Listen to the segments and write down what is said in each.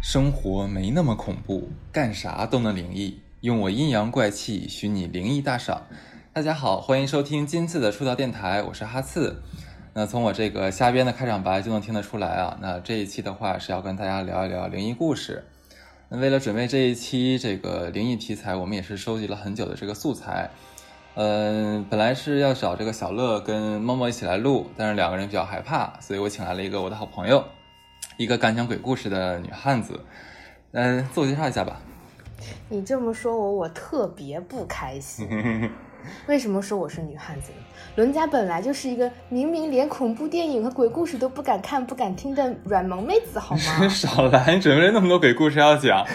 生活没那么恐怖，干啥都能灵异。用我阴阳怪气，许你灵异大赏。大家好，欢迎收听今次的出道电台，我是哈刺。那从我这个瞎编的开场白就能听得出来啊，那这一期的话是要跟大家聊一聊灵异故事。那为了准备这一期这个灵异题材，我们也是收集了很久的这个素材。嗯，本来是要找这个小乐跟猫猫一起来录，但是两个人比较害怕，所以我请来了一个我的好朋友，一个敢讲鬼故事的女汉子。嗯，自我介绍一下吧。你这么说我，我特别不开心。 为什么说我是女汉子呢？伦家本来就是一个明明连恐怖电影和鬼故事都不敢看、不敢听的软萌妹子，好 吗？少来，你准备了那么多鬼故事要讲。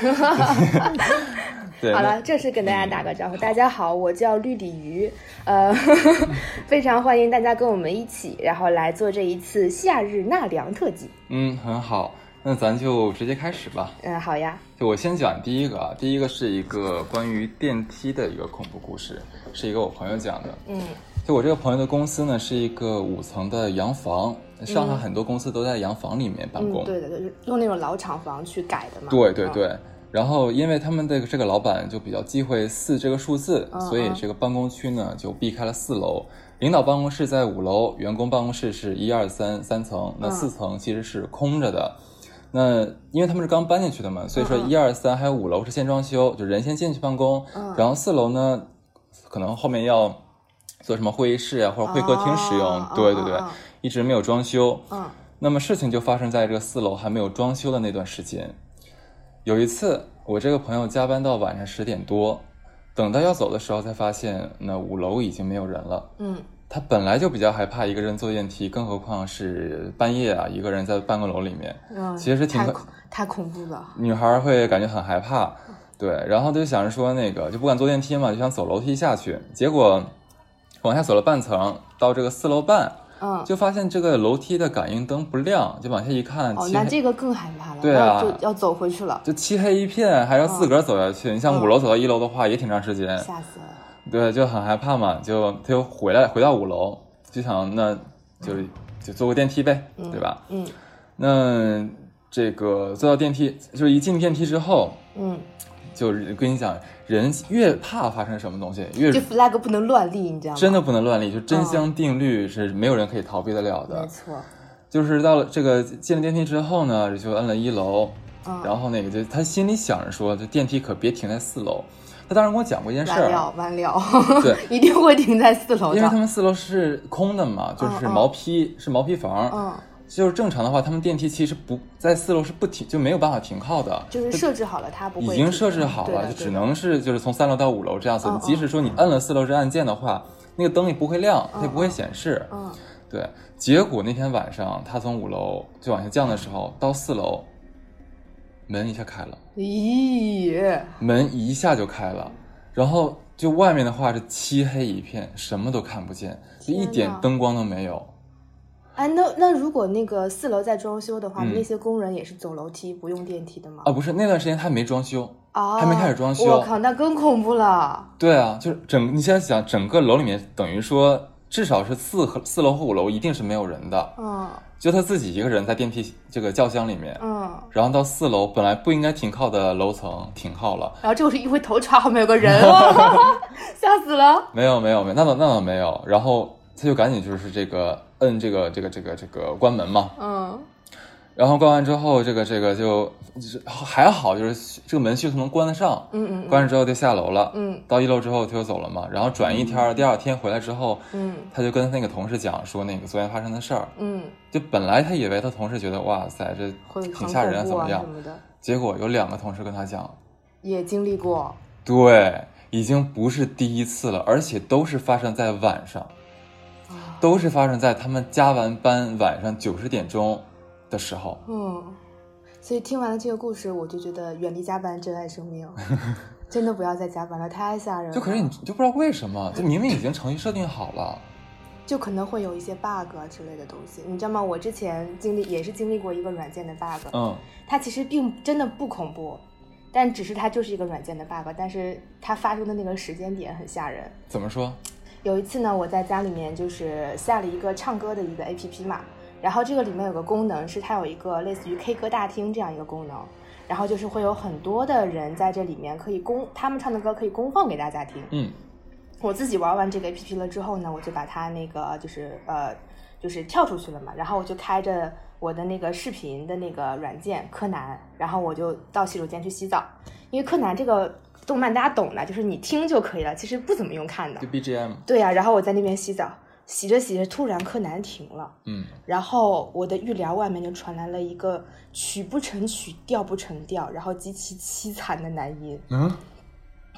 对，好了，正式跟大家打个招呼，大家好，我叫绿鲤鱼，呃， 非常欢迎大家跟我们一起，然后来做这一次夏日纳凉特辑。嗯，很好，那咱就直接开始吧。嗯，好呀，就我先讲第一个啊，第一个是一个关于电梯的一个恐怖故事，是一个我朋友讲的。嗯就我这个朋友的公司呢，是一个五层的洋房，上海很多公司都在洋房里面办公。嗯，对的，对，用那种老厂房去改的嘛。对对嗯对然后因为他们的这个老板就比较忌讳四这个数字，嗯所以嗯这个办公区呢就避开了四楼。领导办公室在五楼，员工办公室是一二三三层，那嗯四层其实是空着的。那因为他们是刚搬进去的嘛，所以说嗯嗯一二三还有五楼是先装修，就人先进去办公，嗯然后四楼呢可能后面要做什么会议室呀、或者会客厅使用。嗯哦对嗯对对，嗯一直没有装修。嗯那么事情就发生在这个四楼还没有装修的那段时间。有一次，我这个朋友加班到晚上十点多，等到要走的时候才发现，那五楼已经没有人了。嗯他本来就比较害怕一个人坐电梯，更何况是半夜啊，一个人在办公楼里面，嗯，其实挺太可恐太恐怖了。女孩会感觉很害怕。对，然后就想着说那个就不敢坐电梯嘛，就想走楼梯下去。结果往下走了半层，到这个四楼半，嗯，就发现这个楼梯的感应灯不亮，就往下一看，哦，漆那黑这个更害怕了，对啊那就要走回去了，就漆黑一片，还要自个儿走下去。你像嗯五楼走到一楼的话，也挺长时间，吓死了。对，就很害怕嘛。就他又回来，回到五楼，就想那就就坐个电梯呗，对吧？嗯那这个坐到电梯，就是一进电梯之后，嗯，就是跟你讲，人越怕发生什么东西，越就 flag 不能乱立，你知道 吗？真的，的不能乱立，就真香定律是没有人可以逃避得了的嗯没。错。就是到了这个进了电梯之后呢，就摁了一楼，嗯，然后那个就他心里想着说，这电梯可别停在四楼。他当时跟我讲过一件事完儿，啊了完了， 对，一定会停在四楼因为他的。们四楼是空的嘛，就是嗯嗯毛坯是毛坯房，嗯，就是正常的话，他们电梯其实不在四楼是不停，就没有办法停靠的，就是设置好了，它不已会经停嗯设置好了，对的就只对的能是就是从三楼到五楼这样子。嗯你嗯即使说你摁了四楼这按键的话，那个灯也不会亮，它也不会显示。嗯，对，结果那天晚上他从五楼就往下降的时候，到四楼，门一下开了。咦，门一下就开了，然后就外面的话是漆黑一片，什么都看不见，就天哪一点灯光都没有。哎，那那如果那个四楼在装修的话，嗯那些工人也是走楼梯不用电梯的吗啊，？不是那段时间还没装修。哦，还没开始装修我靠，那更恐怖了。对啊，就是整你现在想，整个楼里面等于说至少是四和四楼和五楼一定是没有人的，嗯就他自己一个人在电梯这个轿厢里面，嗯，然后到四楼本来不应该停靠的楼层停靠了。然后这个是一回头朝后面有个人， 吓死了。没有没有没有，那倒那倒没有。然后他就赶紧就是这个摁这个这个这个这个关门嘛，嗯然后关完之后，这个这个就还好，就是这个门迅速能关得上。嗯嗯关上之后就下楼了，嗯到一楼之后他就走了嘛。然后转一天儿，第二天回来之后，嗯他就跟那个同事讲说那个昨天发生的事儿。嗯，就本来他以为他同事觉得哇塞这会挺很吓人啊恐怎怖么啊样什，么的，结果有两个同事跟他讲，也经历过。对，已经不是第一次了，而且都是发生在晚上，啊都是发生在他们加完班晚上九十点钟的时候。嗯，所以听完了这个故事，我就觉得远离加班，珍爱生 命，真的不要再加班了，太吓人了。就可是你就不知道为什么，就明明已经程序设定好了，就可能会有一些 bug 啊之类的东西，你知道吗？我之前经历也是经历过一个软件的 bug，、嗯，它其实并真的不恐怖，但只是它就是一个软件的 bug，但是它发生的那个时间点很吓人。怎么说？有一次呢，我在家里面就是下了一个唱歌的一个 APP 嘛，然后这个里面有个功能是它有一个类似于 K 歌大厅这样一个功能，然后就是会有很多的人在这里面可以公，他们唱的歌可以公放给大家听。嗯我自己玩完这个 APP 了之后呢，我就把它那个就是呃就是跳出去了嘛，然后我就开着我的那个视频的那个软件柯南，然后我就到洗手间去洗澡，因为柯南这个动漫大家懂的，就是你听就可以了，其实不怎么用看的就。BGM，对呀、然后我在那边洗澡，洗着洗着突然柯南停了，嗯然后我的预料外面就传来了一个曲不成曲调不成调，然后极其凄惨的男音。嗯，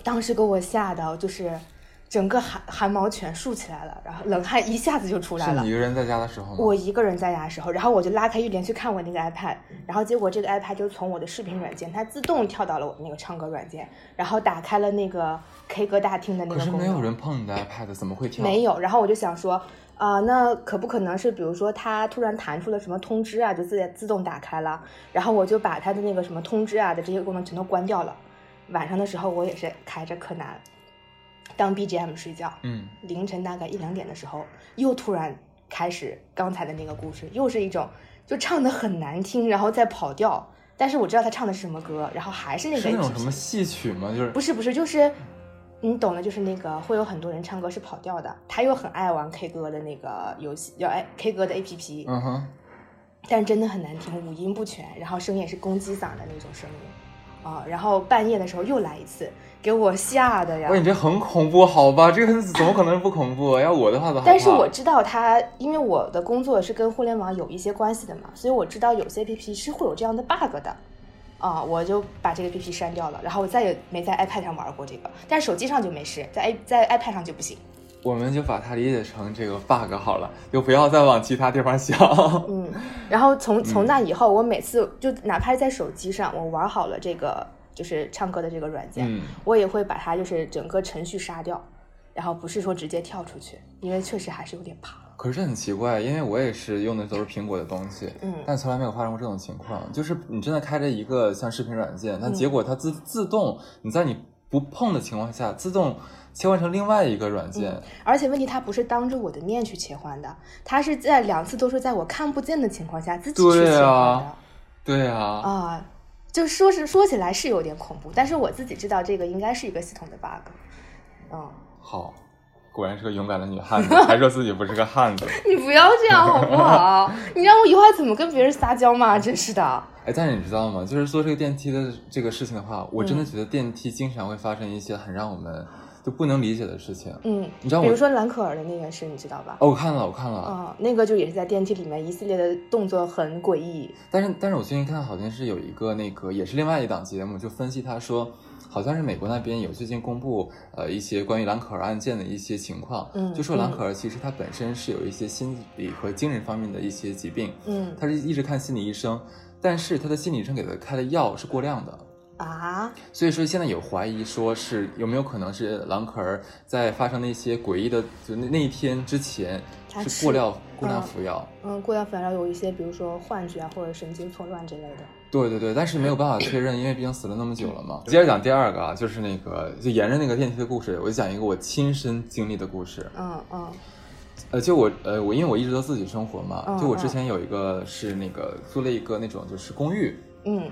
当时给我吓到，就是整个汗汗毛全竖起来了，然后冷汗一下子就出来是了你一。个人在家的时候吗？我一个人在家的时候，然后我就拉开浴帘去看我那个 iPad，然后结果这个 iPad 就从我的视频软件，它自动跳到了我那个唱歌软件，然后打开了那个 K 歌大厅的那可个是功没能有。人碰你的 iPad，怎么会跳？没有，然后我就想说，啊、那可不可能是，比如说它突然弹出了什么通知啊，就自自动打开了，然后我就把它的那个什么通知啊的这些功能全都关掉了。晚上的时候，我也是开着柯南当 BGM 睡觉。嗯，凌晨大概一两点的时候，又突然开始刚才的那个故事，又是一种就唱的很难听，然后再跑调，但是我知道他唱的是什么歌，然后还是那个是那种 APP 什么戏曲吗？就是不是不是，就是你懂的，就是那个会有很多人唱歌是跑调的，他又很爱玩 K 歌的那个游戏，要爱 K 歌的 APP，、嗯哼，但是真的很难听，五音不全，然后声音也是公鸡嗓的那种声音啊、然后半夜的时候又来一次，给我吓的呀哇，！你这很恐怖，好吧？这个怎么可能不恐怖？啊要我的话都害怕。但是我知道它，因为我的工作是跟互联网有一些关系的嘛，所以我知道有些 APP 是会有这样的 bug 的。啊、我就把这个 APP 删掉了，然后我再也没在 iPad 上玩过这个，但手机上就没事，在 i 在 iPad 上就不行。我们就把它理解成这个 bug 好了，就不要再往其他地方想。嗯，然后从嗯从那以后，我每次就哪怕是在手机上，我玩好了这个就是唱歌的这个软件，嗯，我也会把它就是整个程序杀掉，然后不是说直接跳出去，因为确实还是有点怕。可是这很奇怪，因为我也是用的都是苹果的东西，嗯但从来没有发生过这种情况。就是你真的开着一个像视频软件，但嗯结果它自自动你在你不碰的情况下，自动切换成另外一个软件。而且问题它不是当着我的面去切换的，它是在两次都是在我看不见的情况下自己去切对换的啊啊、对哦啊，就说是说起来是有点恐怖，但是我自己知道这个应该是一个系统的 bug。嗯，好，果然是个勇敢的女汉子，还说自己不是个汉子。 你不要这样好不好？你让我以后还怎么跟别人撒娇嘛？真是的。哎，但是你知道吗？就是说这个电梯的这个事情的话，我嗯真的觉得电梯经常会发生一些很让我们就不能理解的事情。嗯，你知道我比如说兰可儿的那个事，你知道吧？哦，我看了，我看了，嗯，那个就也是在电梯里面一系列的动作很诡异。但是，但是我最近看到好像是有一个那个，也是另外一档节目，就分析他说，好像是美国那边有最近公布呃一些关于兰可儿案件的一些情况，嗯就说兰可儿其实她本身是有一些心理和精神方面的一些疾病，嗯她是一直看心理医生，但是她的心理医生给她开的药是过量的，啊，所以说现在有怀疑说是有没有可能是兰可儿在发生那些诡异的就那那一天之前她是吃过量过量嗯服药。嗯，过量反而有一些，比如说幻觉啊或者神经错乱之类的。对对对，但是没有办法确认，因为毕竟死了那么久了嘛。接着讲第二个啊，就是那个就沿着那个电梯的故事，我就讲一个我亲身经历的故事。嗯嗯呃，就我呃我因为我一直都自己生活嘛，嗯就我之嗯前有一个是那个租了一个那种就是公寓，嗯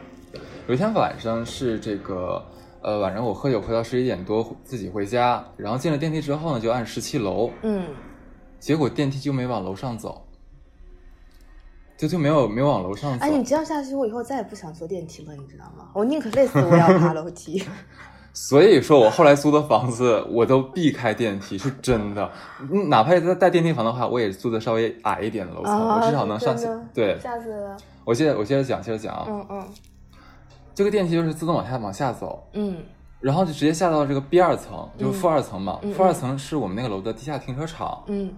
有一天晚上是这个，呃，晚上我喝酒喝到十一点多自己回家，然后进了电梯之后呢，就按十七楼，嗯，结果电梯就没往楼上走，就就没有没有往楼上走。哎，你这样下去，我以后再也不想坐电梯了，你知道吗？我宁可累死，我也要爬楼 梯。所以说我后来租的房子，我都避开电梯，是真的。嗯哪怕在带电梯房的话，我也租的稍微矮一点的楼层，啊我至少能上去真的。对，下次了，我接着我接着讲，接着讲啊，嗯嗯这个电梯就是自动往下往下走，嗯然后就直接下到这个 B 二层，就是负二层嘛。嗯嗯负二层是我们那个楼的地下停车场。嗯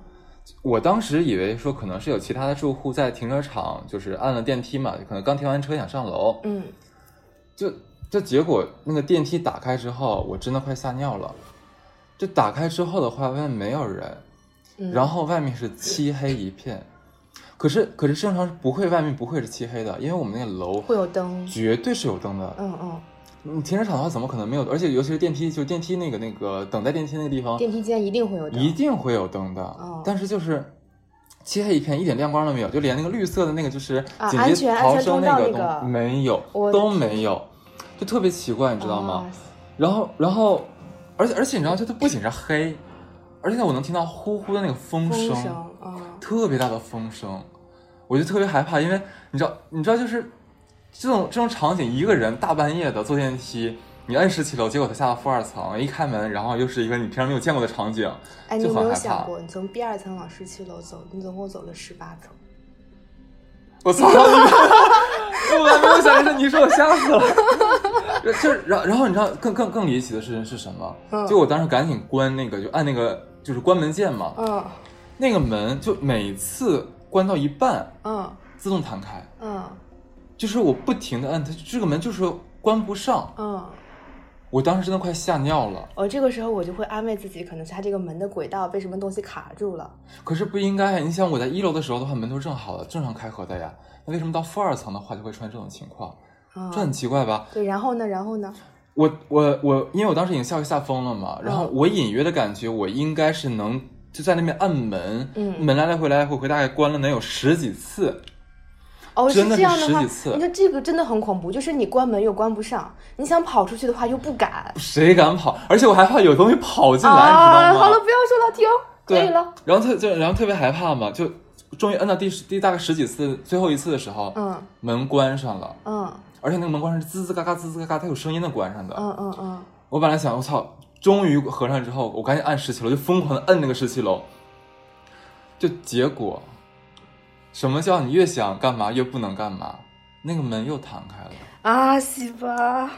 我当时以为说可能是有其他的住户在停车场，就是按了电梯嘛，可能刚停完车想上楼，嗯，就这结果，那个电梯打开之后，我真的快吓尿了。就打开之后的话，外面没有人，嗯然后外面是漆黑一片。可是可是正常不会，外面不会是漆黑的，因为我们那个楼会有灯。绝对是有灯的。嗯嗯，你停车场的话怎么可能没有？而且尤其是电梯，就电梯那个那个等待电梯那个地方，电梯间一定会有灯。一定会有灯的。哦但是就是漆黑一片，一点亮光都没有，就连那个绿色的那个就是啊紧安急全安逃全生通道个那东、个没有我，的都没有，就特别奇怪，你知道吗？啊？然后，然后，而且而且你知道，就它不仅是黑，而且我能听到呼呼的那个风风声，声啊，特别大的风声，我就特别害怕，因为你知道，你知道就是这种这种场景，一个人大半夜的坐电梯，你按十七楼，结果他下到负二层，一开门，然后又是一个你平常没有见过的场景，哎，你就有没很有害怕想。过，你从 B 二层往十七楼走，你总共走了十八层。我操你！我还没有 想着你说，我吓死了。 就是，然后然后你知道更更更离奇的事情是什么？嗯就我当时赶紧关那个，就按那个就是关门键嘛，嗯那个门就每次关到一半嗯自动弹开，嗯就是我不停的按它，这个门就是关不上。嗯，我当时真的快吓尿了。我这个时候我就会安慰自己，可能是它这个门的轨道被什么东西卡住了。可是不应该，你想我在一楼的时候的话，门都正好的，正常开合的呀。那为什么到负二层的话就会出现这种情况？啊这，很奇怪吧？对，然后呢，然后呢？我我我，因为我当时已经吓吓疯了嘛，嗯然后我隐约的感觉我应该是能就在那边按门，嗯门来来回来回回大概关了能有十几次，哦，真的这是样的十话，几次你说这个真的很恐怖，就是你关门又关不上，你想跑出去的话又不敢。谁敢跑？而且我还怕有东西跑进来，你啊，知道吗？好了，不要说了，停，可对以了。。然后特就然后特别害怕嘛，就终于摁到第十第大概十几次最后一次的时候，嗯门关上了，嗯而且那个门关上是吱吱嘎嘎吱吱嘎嘎，它有声音的关上的。嗯嗯嗯，我本来想，我操，终于合上之后，我赶紧按十七楼，就疯狂的摁那个十七楼。就结果，什么叫你越想干嘛越不能干嘛？那个门又弹开了。啊，西吧。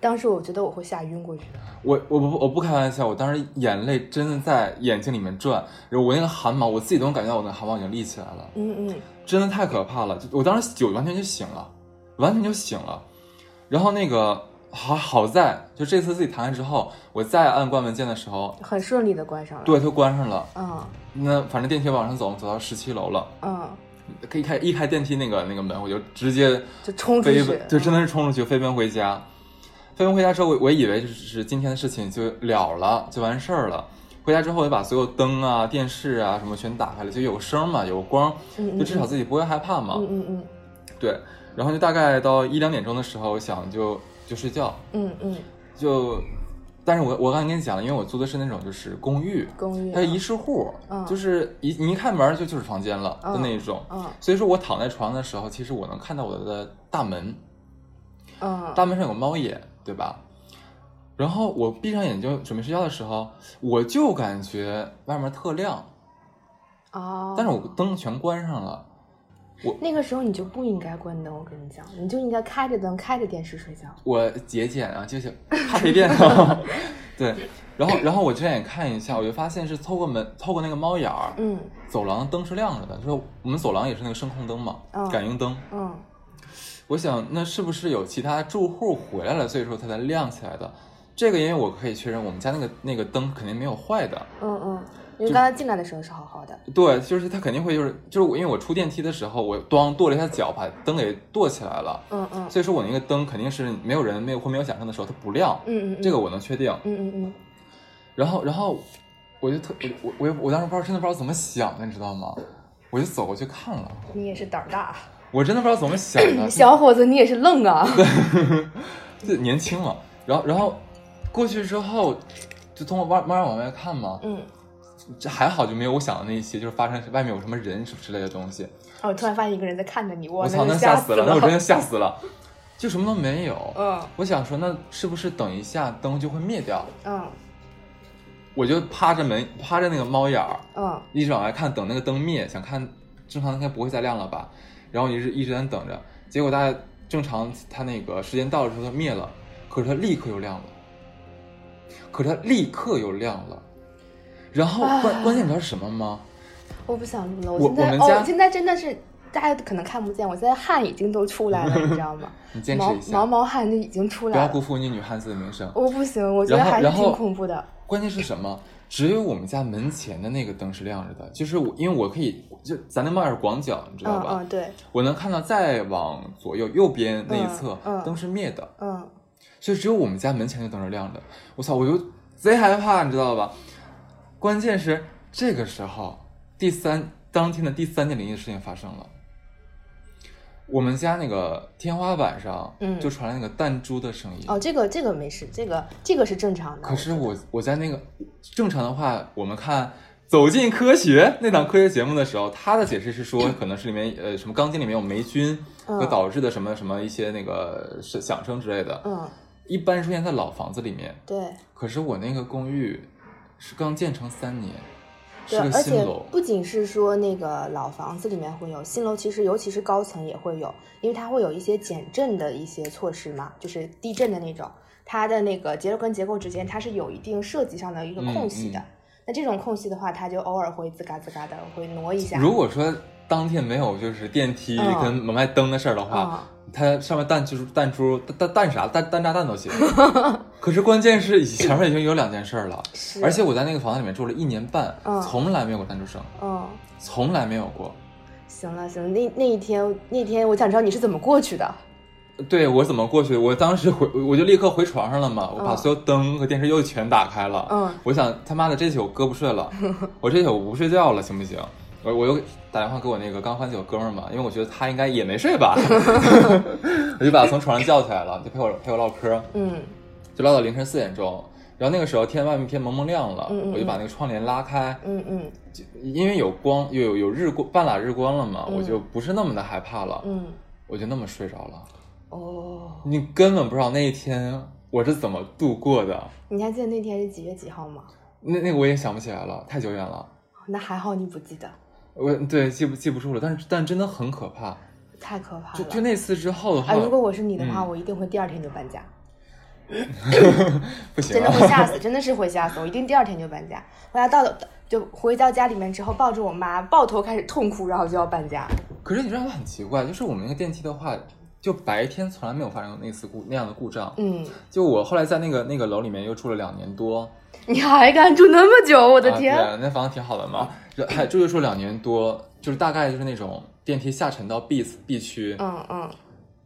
当时我觉得我会吓晕过去。我我不我不开玩笑，我当时眼泪真的在眼睛里面转，然后我那个汗毛，我自己都能感觉到我那个汗毛已经立起来了，嗯嗯真的太可怕了。就我当时就完全就醒了，完全就醒了。然后那个好好在就这次自己弹开之后，我再按关门键的时候，很顺利的关上了。，对，它就关上了。嗯那反正电梯往上走，走到十七楼了，嗯，可以开一开电梯那个那个门，我就直接就冲出飞去嗯奔，，就真的是冲出去飞奔回家。飞奔回家之后，我我以为就是是今天的事情就了了，就完事儿了。回家之后，我就把所有灯啊、电视啊什么全打开了，就有声嘛，有光，嗯，嗯就至少自己不会害怕嘛。嗯嗯嗯对，然后就大概到一两点钟的时候，我想就就睡觉，嗯嗯，就，但是我我刚才跟你讲了，因为我租的是那种就是公寓，公寓。啊它是一室户，嗯就是一你一开门就就是房间了的嗯那一种。嗯所以说我躺在床的时候，其实我能看到我的大门，嗯大门上有猫眼，对吧？然后我闭上眼睛准备睡觉的时候，我就感觉外面特亮，哦，但是我灯全关上了。那个时候你就不应该关灯，我跟你讲，你就应该开着灯，开着电视睡觉。我节俭啊，就是怕被电到。 对，然后然后我睁眼看一下，我就发现是透过门透过那个猫眼儿，嗯走廊灯是亮着的，就是我们走廊也是那个声控灯嘛，嗯感应灯。嗯我想，那是不是有其他住户回来了，所以说它才亮起来的？这个，因为我可以确认，我们家那个那个灯肯定没有坏的。嗯嗯，因为刚才进来的时候是好好的。对，就是它肯定会就是就是我，因为我出电梯的时候，我咣跺了一下脚，把灯给跺起来了。嗯嗯所以说我那个灯肯定是没有人没有或没有响声的时候它不亮，嗯嗯，这个我能确定。嗯嗯嗯然后然后我就特我我我也我当时不知道真的不知道怎么想的，你知道吗？我就走过去看了，嗯，你也是胆儿大，，我真的不知道怎么想的啊 小伙子，你也是愣啊。就年轻嘛。然后然后过去之后，就通过外慢慢往外看嘛，嗯，这还好就没有我想的那些，就是发生外面有什么人什么之类的东西。哦，突然发现一个人在看着你，我我操，那吓死了，那我真的吓死了，就什么都没有。嗯我想说，那是不是等一下灯就会灭掉？嗯我就趴着门，趴着那个猫眼儿，嗯一直往外看，等那个灯灭，想看正常应该不会再亮了吧？然后一直一直在那等着，结果大概正常它那个时间到了之后它灭了，可是它立刻又亮了，可是它立刻又亮了，然后关关键你知道是什么吗？我不想录了，我现在我们哦，家我现在真的是大家可能看不见，我现在汗已经都出 来了，你知道吗？你坚毛持一下毛，毛汗就已经出不来要了辜。负你女汉子的名声。我不行，我觉得然后还是然后挺恐怖的。关键是什么？只有我们家门前的那个灯是亮着的，就是我，因为我可以，就咱那猫眼是广角，你知道嗯吧？嗯，对，我能看到再往左右右边那一侧、嗯嗯灯是灭的，嗯所以只有我们家门前的灯是亮的。我操，我就贼害怕，你知道吧？关键是这个时候，第三当天的第三件灵异的事情发生了。我们家那个天花板上，嗯就传来那个弹珠的声音。哦，这个这个没事，这个这个是正常的。可是我我在那个正常的话，我们看《走进科学》那档科学节目的时候，他的解释是说，可能是里面呃什么钢筋里面有霉菌嗯和导致的什么什么一些那个是响声之类的，嗯，一般出现在老房子里面。对可是我那个公寓是刚建成三年，对是，个而新且楼，不仅是说那个老房子里面会有，新楼其实尤其是高层也会有，因为它会有一些减震的一些措施嘛，就是地震的那种，它的那个结构跟结构之间它是有一定设计上的一个空隙的。嗯那这种空隙的话，它就偶尔会吱嘎吱嘎的会挪一下。如果说当天没有就是电梯嗯跟门外灯的事儿的话，啊、它上面弹珠、弹珠、弹弹弹啥、弹弹炸弹都 行。可是关键是以前面已经有两件事儿了，是，而且我在那个房子里面住了一年半，嗯从来没有过弹珠声，嗯，从来没有过。行了行了，那那一天那天我想知道你是怎么过去的。对我怎么过去？我当时回，我就立刻回床上了嘛，我把嗯所有灯和电视又全打开了。嗯我想他妈的这宿我哥不睡 了，我这宿我不睡觉了，行不行？我我又打电话给我那个刚欢喜我哥们儿嘛，因为我觉得他应该也没睡 吧， 我就把他从床上叫起来了，就陪我陪我唠嗑，嗯就唠到凌晨四点钟。然后那个时候天外面天蒙蒙亮了，嗯嗯嗯我就把那个窗帘拉开，嗯嗯就因为有光又有有日光半拉日光了嘛，嗯我就不是那么的害怕了，嗯，我就那么睡着了。哦。你根本不知道那一天我是怎么度过的，你还记得那天是几月几号吗？那那个我也想不起来了，太久远了，那还好你不记得，我对记不记不住了，但是但真的很可怕。太可怕就了。就那次之后的话，啊，如果我是你的话，嗯我一定会第二天就搬家，不行啊真的了，会吓死，真的是会吓死，我一定第二天就搬家。回家到了就回到家里面之后，抱着我妈抱头开始痛哭，然后就要搬家。可是你知道很奇怪，就是我们那个电梯的话，就白天从来没有发生过那次故那样的故障。嗯，就我后来在那个那个楼里面又住了两年多，你还敢住那么久，我的天！嗯啊对那房子挺好的嘛，然后还住就住两年多，就是大概就是那种电梯下沉到 B B 区，嗯嗯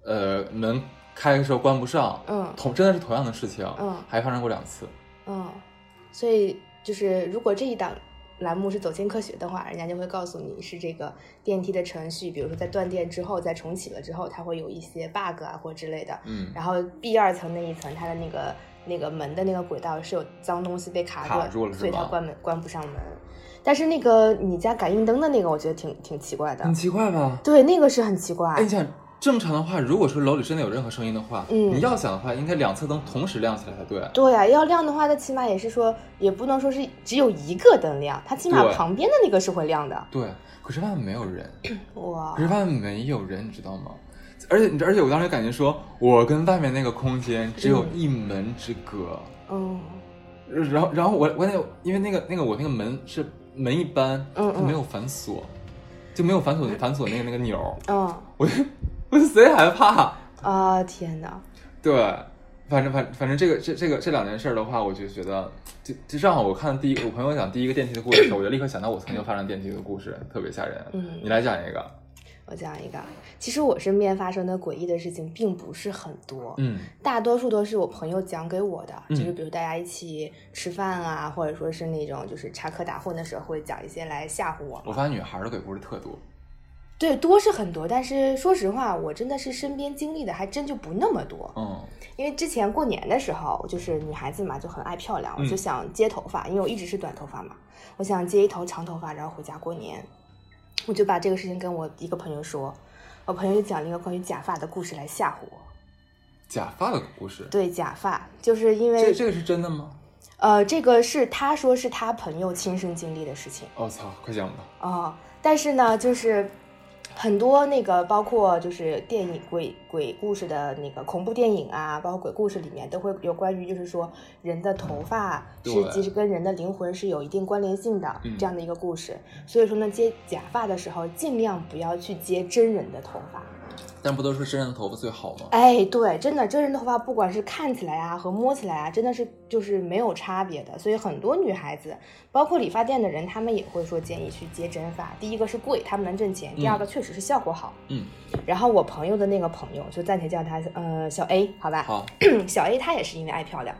呃，门开的时候关不上，嗯同真的是同样的事情，嗯还发生过两次。嗯，所以就是如果这一档。栏目是走进科学的话，人家就会告诉你是这个电梯的程序，比如说在断电之后，在重启了之后，它会有一些 bug 啊或之类的。嗯，然后 B 二层那一层，它的那个那个门的那个轨道是有脏东西被卡卡断，住了是所以它吗关门关不上门。但是那个你家感应灯的那个，我觉得挺挺奇怪的，很奇怪吧？对，那个是很奇怪嗯哎，。你想正常的话，如果说楼里真的有任何声音的话，嗯你要想的话，应该两侧灯同时亮起来才对。对啊，要亮的话，它起码也是说，也不能说是只有一个灯亮，它起码对旁边的那个是会亮的。对，可是外面没有人，哇啊可，是外面没有人，你知道吗？而且，你知而且我当时感觉说，我跟外面那个空间只有一门之隔。嗯然后，然后我我那个因为那个那个我那个门是门一般，嗯嗯它没有反锁，就没有反锁反锁那个那个钮儿，嗯我就我就贼害怕。啊，天哪，对，反正反反正这个这这个这两件事儿的话，我就觉得，就就正好我看第一，我朋友讲第一个电梯的故事的时候，我就立刻想到我曾经发生电梯的故事，特别吓人。嗯你来讲一个。我讲一个，其实我身边发生的诡异的事情并不是很多，嗯大多数都是我朋友讲给我的，嗯就是比如大家一起吃饭啊，或者说是那种就是插科打诨的时候，会讲一些来吓唬我我嘛。发现女孩儿的鬼故事特多。对，多是很多，但是说实话，我真的是身边经历的还真就不那么多。嗯因为之前过年的时候，就是女孩子嘛就很爱漂亮，嗯我就想接头发，因为我一直是短头发嘛，我想接一头长头发，然后回家过年。我就把这个事情跟我一个朋友说，我朋友就讲了一个关于假发的故事来吓唬我。假发的故事，对，假发就是因为这这个是真的吗？呃，这个是他说是他朋友亲身经历的事情我、哦操，快讲吧。啊、但是呢，就是很多那个包括就是电影鬼鬼故事的那个恐怖电影啊，包括鬼故事里面都会有关于就是说人的头发是对其实跟人的灵魂是有一定关联性的嗯这样的一个故事。所以说呢，接假发的时候尽量不要去接真人的头发。但不都说真人头发最好吗？哎，对，真的，真人头发不管是看起来啊和摸起来啊，真的是就是没有差别的。所以很多女孩子，包括理发店的人，他们也会说建议去接真发。第一个是贵，他们能挣钱；第二个确实是效果好。嗯，然后我朋友的那个朋友，就暂且叫他呃小 A，好吧？好， 小 A 她也是因为爱漂亮，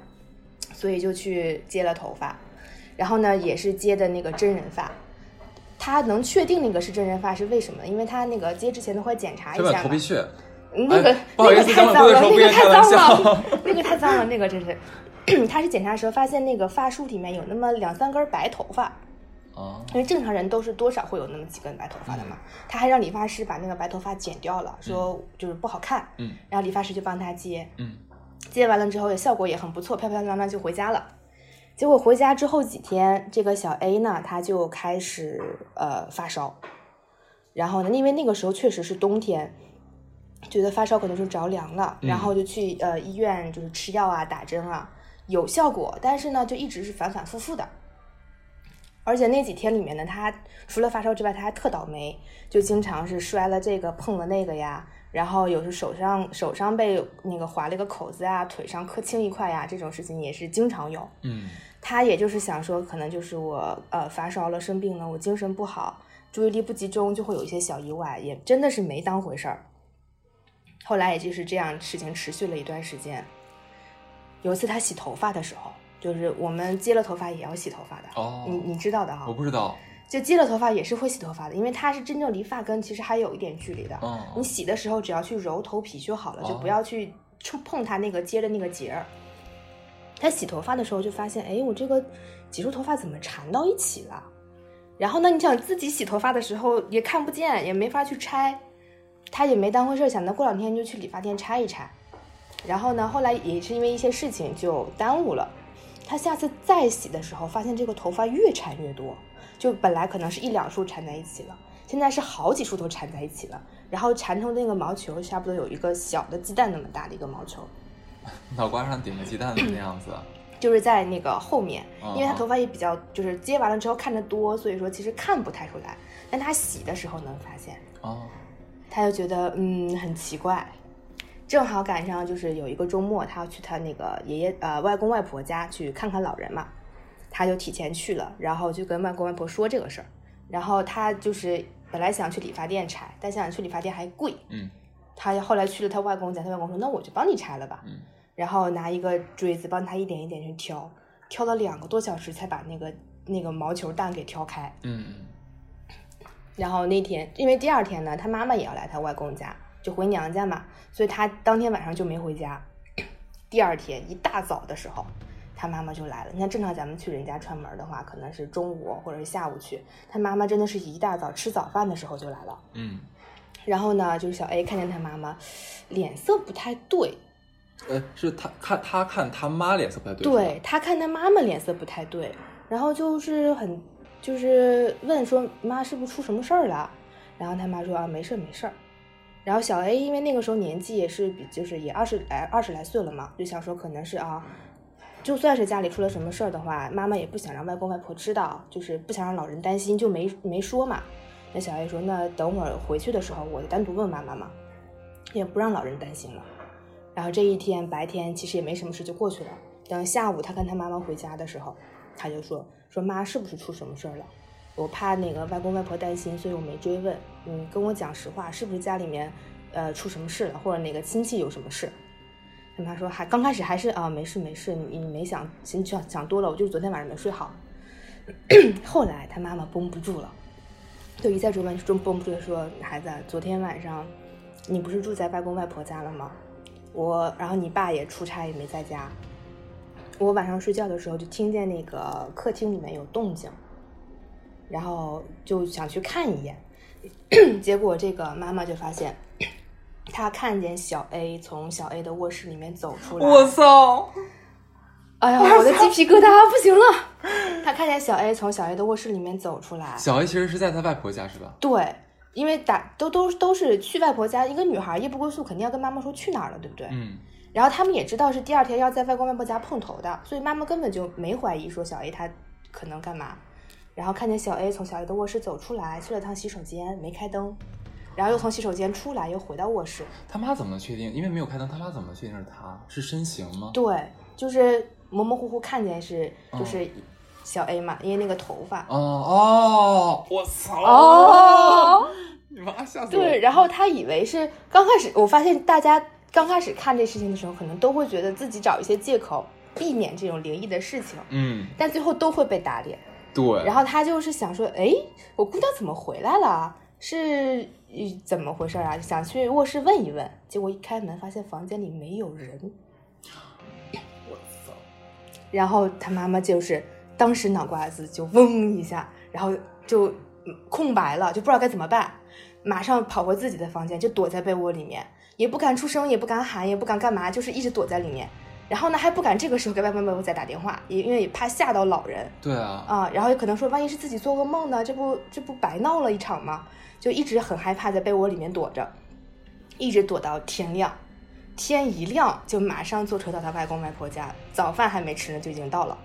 所以就去接了头发，然后呢也是接的那个真人发。他能确定那个是真人发是为什么？因为他那个接之前都会检查一这把下头嘛皮。屑，嗯那个、哎不好意思那个太咱脏们了，不那是说个太不愿意开玩脏了，那个太脏了，那个真是。 他是检查的时候发现那个发梳里面有那么两三根白头发，啊，因为正常人都是多少会有那么几根白头发的嘛。嗯他还让理发师把那个白头发剪掉了，说就是不好看。嗯然后理发师就帮他接，嗯接完了之后也效果也很不错，漂漂亮亮就回家了。结果回家之后几天，这个小 A 呢，他就开始呃发烧，然后呢，因为那个时候确实是冬天，觉得发烧可能是着凉了，嗯然后就去呃医院就是吃药啊、打针啊，有效果，但是呢，就一直是反反复复的。而且那几天里面呢，他除了发烧之外，他还特倒霉，就经常是摔了这个碰了那个呀，然后有时手上手上被那个划了一个口子啊，腿上磕青一块呀，这种事情也是经常有。嗯他也就是想说，可能就是我呃发烧了、生病了，我精神不好，注意力不集中，就会有一些小意外，也真的是没当回事儿。后来也就是这样，事情持续了一段时间。有一次他洗头发的时候，就是我们接了头发也要洗头发的，哦你你知道的哈、我不知道，就接了头发也是会洗头发的，因为它是真正离发根其实还有一点距离的。哦你洗的时候只要去揉头皮就好了，哦就不要去触碰它那个接的那个结儿。他洗头发的时候就发现，哎，我这个几束头发怎么缠到一起了？然后呢，你想自己洗头发的时候也看不见，也没法去拆，他也没当回事儿，想着过两天就去理发店拆一拆。然后呢，后来也是因为一些事情就耽误了。他下次再洗的时候，发现这个头发越缠越多，就本来可能是一两束缠在一起了，现在是好几束都缠在一起了，然后缠成那个毛球，差不多有一个小的鸡蛋那么大的一个毛球，脑瓜上顶个鸡蛋的那样子，就是在那个后面，因为他嗯嗯头发也比较就是接完了之后看着多，所以说其实看不太出来，但他洗的时候能发现，哦，他就觉得嗯很奇怪。正好赶上就是有一个周末，他要去他那个爷爷呃外公外婆家去看看老人嘛，他就提前去了，然后就跟外公外婆说这个事儿，然后他就是本来想去理发店拆，但想去理发店还贵，嗯他后来去了他外公家，他外公说那我就帮你拆了吧，嗯，然后拿一个锥子帮他一点一点去挑，挑了两个多小时才把那个那个毛球蛋给挑开，嗯然后那天，因为第二天呢，他妈妈也要来他外公家，就回娘家嘛，所以他当天晚上就没回家。 第二天一大早的时候，他妈妈就来了。你看，正常咱们去人家串门的话，可能是中午或者是下午去，他妈妈真的是一大早吃早饭的时候就来了。嗯，然后呢，就是小 A 看见他妈妈脸色不太对，呃，是他看他看他妈脸色不太对，对他看他妈妈脸色不太对，然后就是很就是问说妈是不是出什么事儿了？然后他妈说啊没事儿没事儿。然后小 A 因为那个时候年纪也是比就是也二十来二十来岁了嘛，就想说可能是啊，就算是家里出了什么事儿的话，妈妈也不想让外公外婆知道，就是不想让老人担心，就没没说嘛。那小 A 说那等会儿回去的时候我就单独问妈妈嘛，也不让老人担心了。然后这一天白天其实也没什么事就过去了。等下午他跟他妈妈回家的时候，他就说说妈是不是出什么事儿了？我怕那个外公外婆担心，所以我没追问。嗯，跟我讲实话，是不是家里面呃出什么事了，或者哪个亲戚有什么事？他妈说还刚开始还是啊没事没事，你你没想你想想多了，我就是昨天晚上没睡好。 后来他妈妈绷不住了，就一再追问，中绷不住的说：“孩子，昨天晚上你不是住在外公外婆家了吗？我，然后你爸也出差也没在家。我晚上睡觉的时候就听见那个客厅里面有动静，然后就想去看一眼， 结果这个妈妈就发现，她看见小 A 从小 A 的卧室里面走出来。我操，哎 呀，我的鸡皮疙瘩不行 了！她看见小 A 从小 A 的卧室里面走出来，小 A 其实是在他外婆家是吧？对，因为打都都都是去外婆家，一个女孩夜不归宿，肯定要跟妈妈说去哪儿了，对不对？嗯然后他们也知道是第二天要在外公外婆家碰头的，所以妈妈根本就没怀疑说小 A 她可能干嘛。然后看见小 A 从小 A 的卧室走出来，去了趟洗手间，没开灯，然后又从洗手间出来，又回到卧室。他妈怎么确定？因为没有开灯，他妈怎么确定是他？是身形吗？对，就是模模糊糊看见是哦就是小 A 嘛，因为那个头发。哦哦，我操！哦，你妈吓死我！对，然后他以为是刚开始，我发现大家刚开始看这事情的时候，可能都会觉得自己找一些借口避免这种灵异的事情，嗯但最后都会被打脸。对，然后他就是想说，哎，我姑娘怎么回来了？是呃怎么回事啊？想去卧室问一问，结果一开门发现房间里没有人。然后他妈妈就是当时脑瓜子就嗡一下，然后就嗯空白了，就不知道该怎么办，马上跑回自己的房间，就躲在被窝里面，也不敢出声，也不敢喊，也不敢干嘛，就是一直躲在里面。然后呢，还不敢这个时候给外卖再打电话，也因为也怕吓到老人。对啊，啊，然后可能说万一是自己做噩梦呢，这不这不白闹了一场吗？就一直很害怕，在被窝里面躲着，一直躲到天亮。天一亮就马上坐车到他外公外婆家，早饭还没吃呢就已经到了。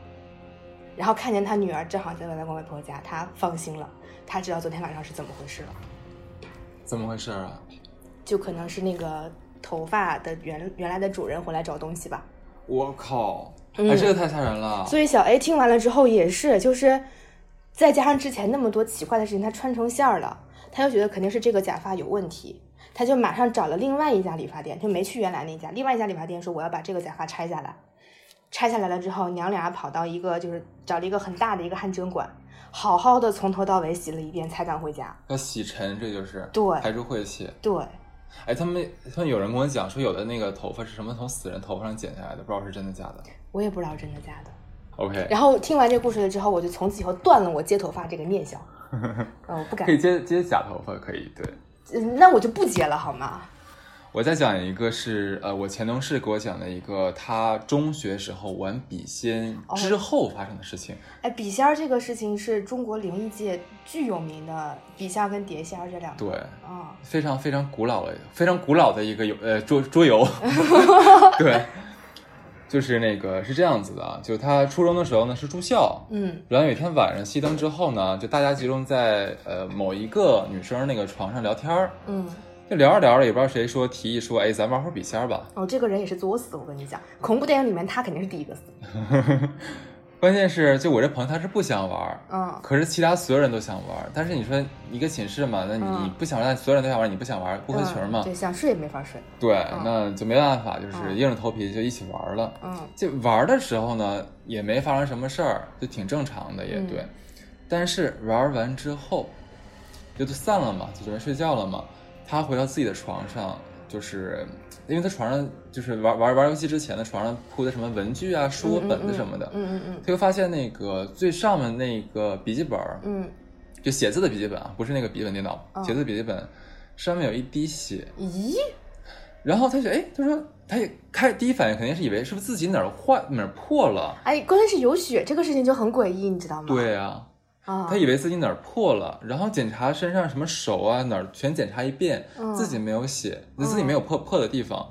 然后看见他女儿正好在外公外婆家，他放心了，他知道昨天晚上是怎么回事了，怎么回事啊？就可能是那个头发的原原来的主人回来找东西吧。我靠，嗯哎，这个太吓人了。所以小 A 听完了之后也是，就是再加上之前那么多奇怪的事情，他穿成线儿了，他就觉得肯定是这个假发有问题，他就马上找了另外一家理发店，就没去原来那家，另外一家理发店说我要把这个假发拆下来。拆下来了之后，娘俩跑到一个就是找了一个很大的一个汗蒸馆，好好的从头到尾洗了一遍才敢回家。要洗尘，这就是对排除晦气。对，哎，他们他们有人跟我讲说，有的那个头发是什么从死人头发上剪下来的，不知道是真的假的。我也不知道真的假的。 OK，然后听完这故事了之后，我就从此以后断了我接头发这个 念想，呃，我不敢可，以接接假头发，可以。对，嗯那我就不接了好吗？我再讲一个是呃，我前同事给我讲的一个他中学时候玩笔仙哦之后发生的事情。哎，笔仙儿这个事情是中国灵异界巨有名的，笔仙儿跟碟仙儿这两个。对，啊、非常非常古老的、非常古老的一个游呃桌桌 游， 对，就是那个是这样子的啊，就他初中的时候呢是住校，嗯然后有一天晚上熄灯之后呢，就大家集中在呃某一个女生那个床上聊天儿，嗯，就聊着聊着也不知道谁说提议说，哎，咱玩会儿笔仙儿吧。哦，这个人也是作死，我跟你讲，恐怖电影里面他肯定是第一个死。 关键是就我这朋友他是不想玩儿，嗯可是其他所有人都想玩儿，但是你说一个寝室嘛，那你嗯你不想玩儿，但所有人都想玩儿，你不想玩儿不合群嘛嗯，对，想睡也没法睡。对嗯，那就没办法，就是嗯硬着头皮就一起玩儿了。嗯就玩儿的时候呢，也没发生什么事儿，就挺正常的，也嗯对。但是玩儿完之后，就就散了嘛，就准备睡觉了嘛。他回到自己的床上，就是因为他床上就是玩玩玩游戏之前的床上铺的什么文具啊、书、嗯嗯本子什么的，嗯嗯他就发现那个最上面那个笔记本儿，嗯就写字的笔记本啊，不是那个笔记本电脑，嗯写字笔记本上面有一滴血。嗯，咦，然后他就哎，他说他也开第一反应肯定是以为是不是自己哪儿坏哪儿破了。哎，关键是有血这个事情就很诡异，你知道吗？对啊，啊，他以为自己哪儿破了，然后检查身上什么手啊哪儿全检查一遍，嗯自己没有血，自己没有破破的地方，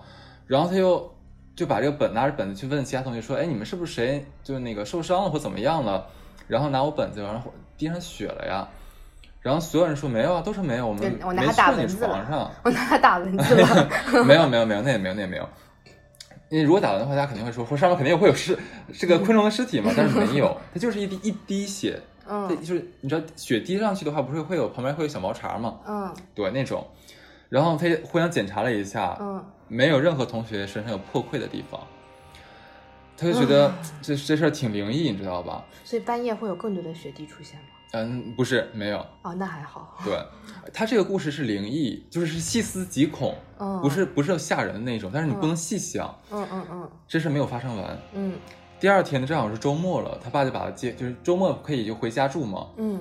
然后他又就把这个本拿着本子去问其他同学说，哎，你们是不是谁就那个受伤了或怎么样了？然后拿我本子，然后滴上血了呀。然后所有人说没有啊，都说没有，我们对我拿没它打去你蚊子了床上。我拿他打蚊 子了。没有没有没有，那也没有那也没有。你如果打完的话，大家肯定会说，或上面肯定会有尸，这 个昆虫的尸体嘛，但是没有，它就是一滴一滴血，它嗯就是你知道血滴上去的话，不是会有旁边会有小毛茬嘛，嗯对那种。然后他也互相检查了一下，嗯，没有任何同学身上有破溃的地方，他就觉得嗯这这事儿挺灵异，你知道吧？所以半夜会有更多的血滴出现吗？嗯，不是没有，哦，那还好。对他这个故事是灵异，就是是细思极恐，嗯，不是不是吓人的那种，但是你不能细想，嗯，嗯嗯这事没有发生完。嗯第二天呢，正好是周末了，他爸就把他接，就是周末可以就回家住嘛。嗯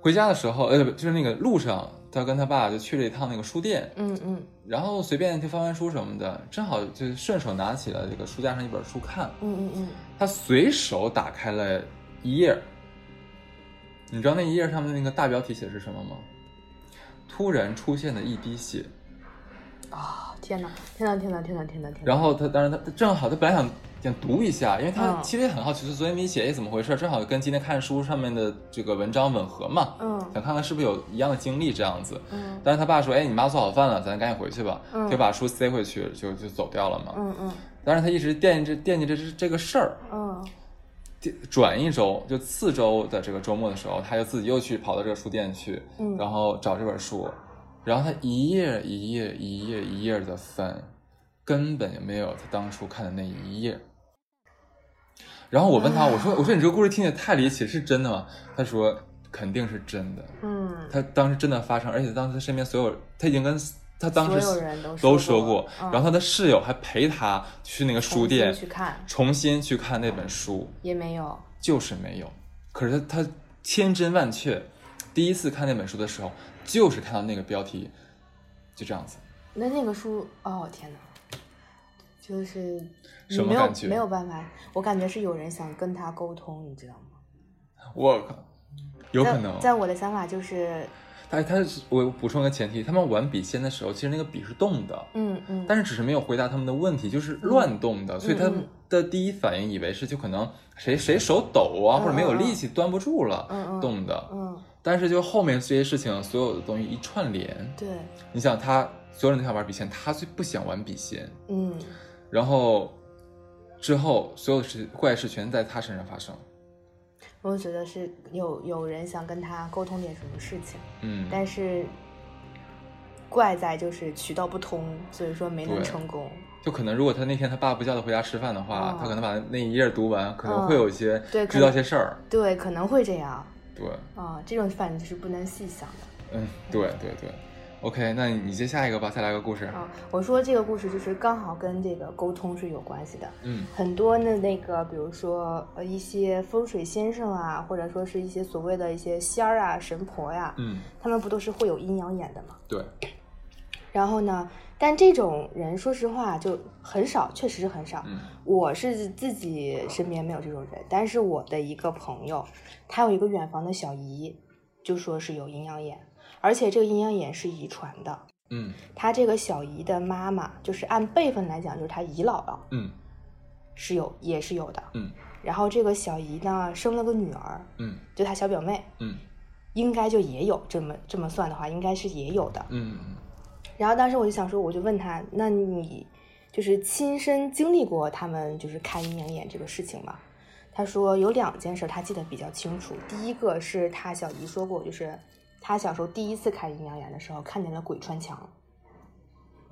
回家的时候，呃，不就是那个路上，他跟他爸就去了一趟那个书店，嗯嗯然后随便就翻翻书什么的，正好就顺手拿起了这个书架上一本书看，嗯嗯嗯，他随手打开了一页儿，你知道那一页上面那个大标题写的是什么吗？突然出现的一滴血，啊、天哪！天哪！天哪！天哪！天哪！天哪！然后他当然他他正好他本来想想读一下，因为他嗯其实也很好奇，就昨天没写哎怎么回事，正好跟今天看书上面的这个文章吻合嘛，嗯想看看是不是有一样的经历这样子。嗯但是他爸说，哎，你妈做好饭了，咱赶紧回去吧，嗯就把书塞回去就就走掉了嘛。嗯嗯当然他一直惦记着惦记着这这个事儿，嗯第转一周就次周的这个周末的时候，他就自己又去跑到这个书店去，嗯然后找这本书，然后他一页一页一页一页的翻，根本就没有他当初看的那一页。然后我问他，我说我说你这个故事听起来太离奇，是真的吗？他说肯定是真的，嗯，他当时真的发生，而且当时他身边所有他已经跟他当时所有人都都说说过，嗯然后他的室友还陪他去那个书重新店去看重新去看那本书，也没有，就是没有。可是他他千真万确，第一次看那本书的时候，就是看到那个标题，就这样子。那那个书，哦天哪，就是你什么没有感觉没有办法，我感觉是有人想跟他沟通，你知道吗？我靠，有可在能。在我的想法就是，但是他是我补充一个前提，他们玩笔仙的时候，其实那个笔是动的，嗯嗯，但是只是没有回答他们的问题，就是乱动的，所以他嗯的第一反应以为是就可能哎谁谁手抖啊，嗯或者没有嗯嗯力气端不住了、嗯嗯动的。嗯但是就后面这些事情，所有的东西一串联，对，你想他所有人都想玩笔仙，他最不想玩笔仙，嗯然后之后所有事怪事全在他身上发生。我觉得是有有人想跟他沟通点什么事情，嗯，但是怪在就是渠道不通，所以说没能对成功。就可能如果他那天他爸不叫他回家吃饭的话，哦他可能把那一页读完，可能嗯会有一些、对可知道能些事儿。对，可能会这样对，啊、这种反正就是不能细想的。嗯，对对对。OK，那你接下一个吧，再来个故事。啊，我说这个故事就是刚好跟这个沟通是有关系的。嗯很多的那个，比如说呃一些风水先生啊，或者说是一些所谓的一些仙儿啊、神婆呀、嗯，他们不都是会有阴阳眼的吗？对，然后呢，但这种人说实话就很少，确实是很少。嗯我是自己身边没有这种人，但是我的一个朋友，他有一个远房的小姨，就说是有阴阳眼，而且这个阴阳眼是遗传的。嗯他这个小姨的妈妈，就是按辈分来讲，就是他姨姥姥嗯是有，也是有的。嗯然后这个小姨呢，生了个女儿，嗯就她小表妹，嗯应该就也有这么这么算的话，应该是也有的。嗯然后当时我就想说，我就问他，那你就是亲身经历过他们就是看阴阳眼这个事情吗？他说有两件事他记得比较清楚，第一个是他小姨说过，就是他小时候第一次看阴阳眼的时候，看见了鬼穿墙。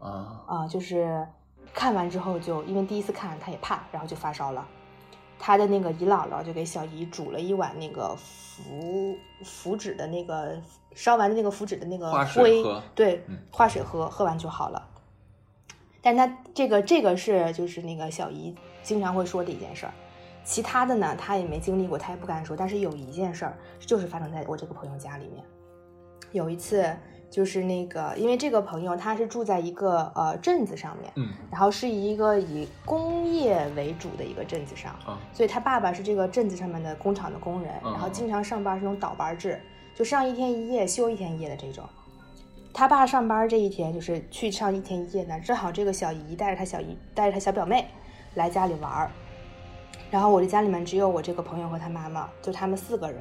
啊，啊、就是看完之后就因为第一次看他也怕，然后就发烧了。他的那个姨姥姥就给小姨煮了一碗那个符符纸的那个烧完的那个符纸的那个化水灰喝，对嗯，化水喝，喝完就好了。但他这个这个是就是那个小姨经常会说的一件事儿，其他的呢他也没经历过，他也不敢说。但是有一件事儿就是发生在我这个朋友家里面，有一次就是那个，因为这个朋友他是住在一个呃镇子上面，嗯然后是一个以工业为主的一个镇子上，啊，所以他爸爸是这个镇子上面的工厂的工人，嗯然后经常上班是那种倒班制，就上一天一夜休一天一夜的这种。他爸上班这一天就是去上一天一夜呢，正好这个小姨带着他小姨带着他小表妹来家里玩儿，然后我这家里面只有我这个朋友和他妈妈，就他们四个人，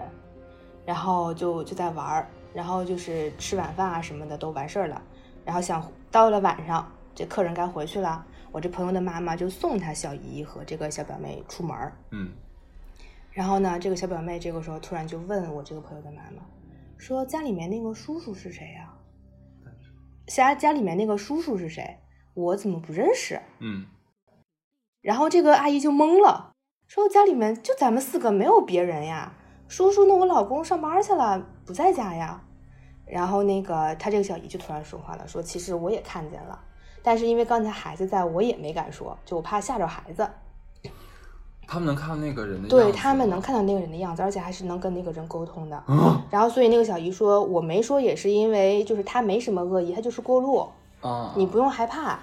然后就就在玩儿，然后就是吃晚饭啊什么的都完事儿了，然后想到了晚上，这客人该回去了，我这朋友的妈妈就送他小姨和这个小表妹出门儿，嗯然后呢，这个小表妹这个时候突然就问我这个朋友的妈妈，说家里面那个叔叔是谁呀、家家里面那个叔叔是谁？我怎么不认识？嗯然后这个阿姨就懵了，说家里面就咱们四个没有别人呀。叔叔，那我老公上班去了，不在家呀。然后那个她这个小姨就突然说话了，说其实我也看见了，但是因为刚才孩子在，我也没敢说，就我怕吓着孩子。他们能看到那个人的对样子他们吗能看到那个人的样子，而且还是能跟那个人沟通的。啊然后所以那个小姨说，我没说也是因为就是她没什么恶意，她就是过路，啊，你不用害怕，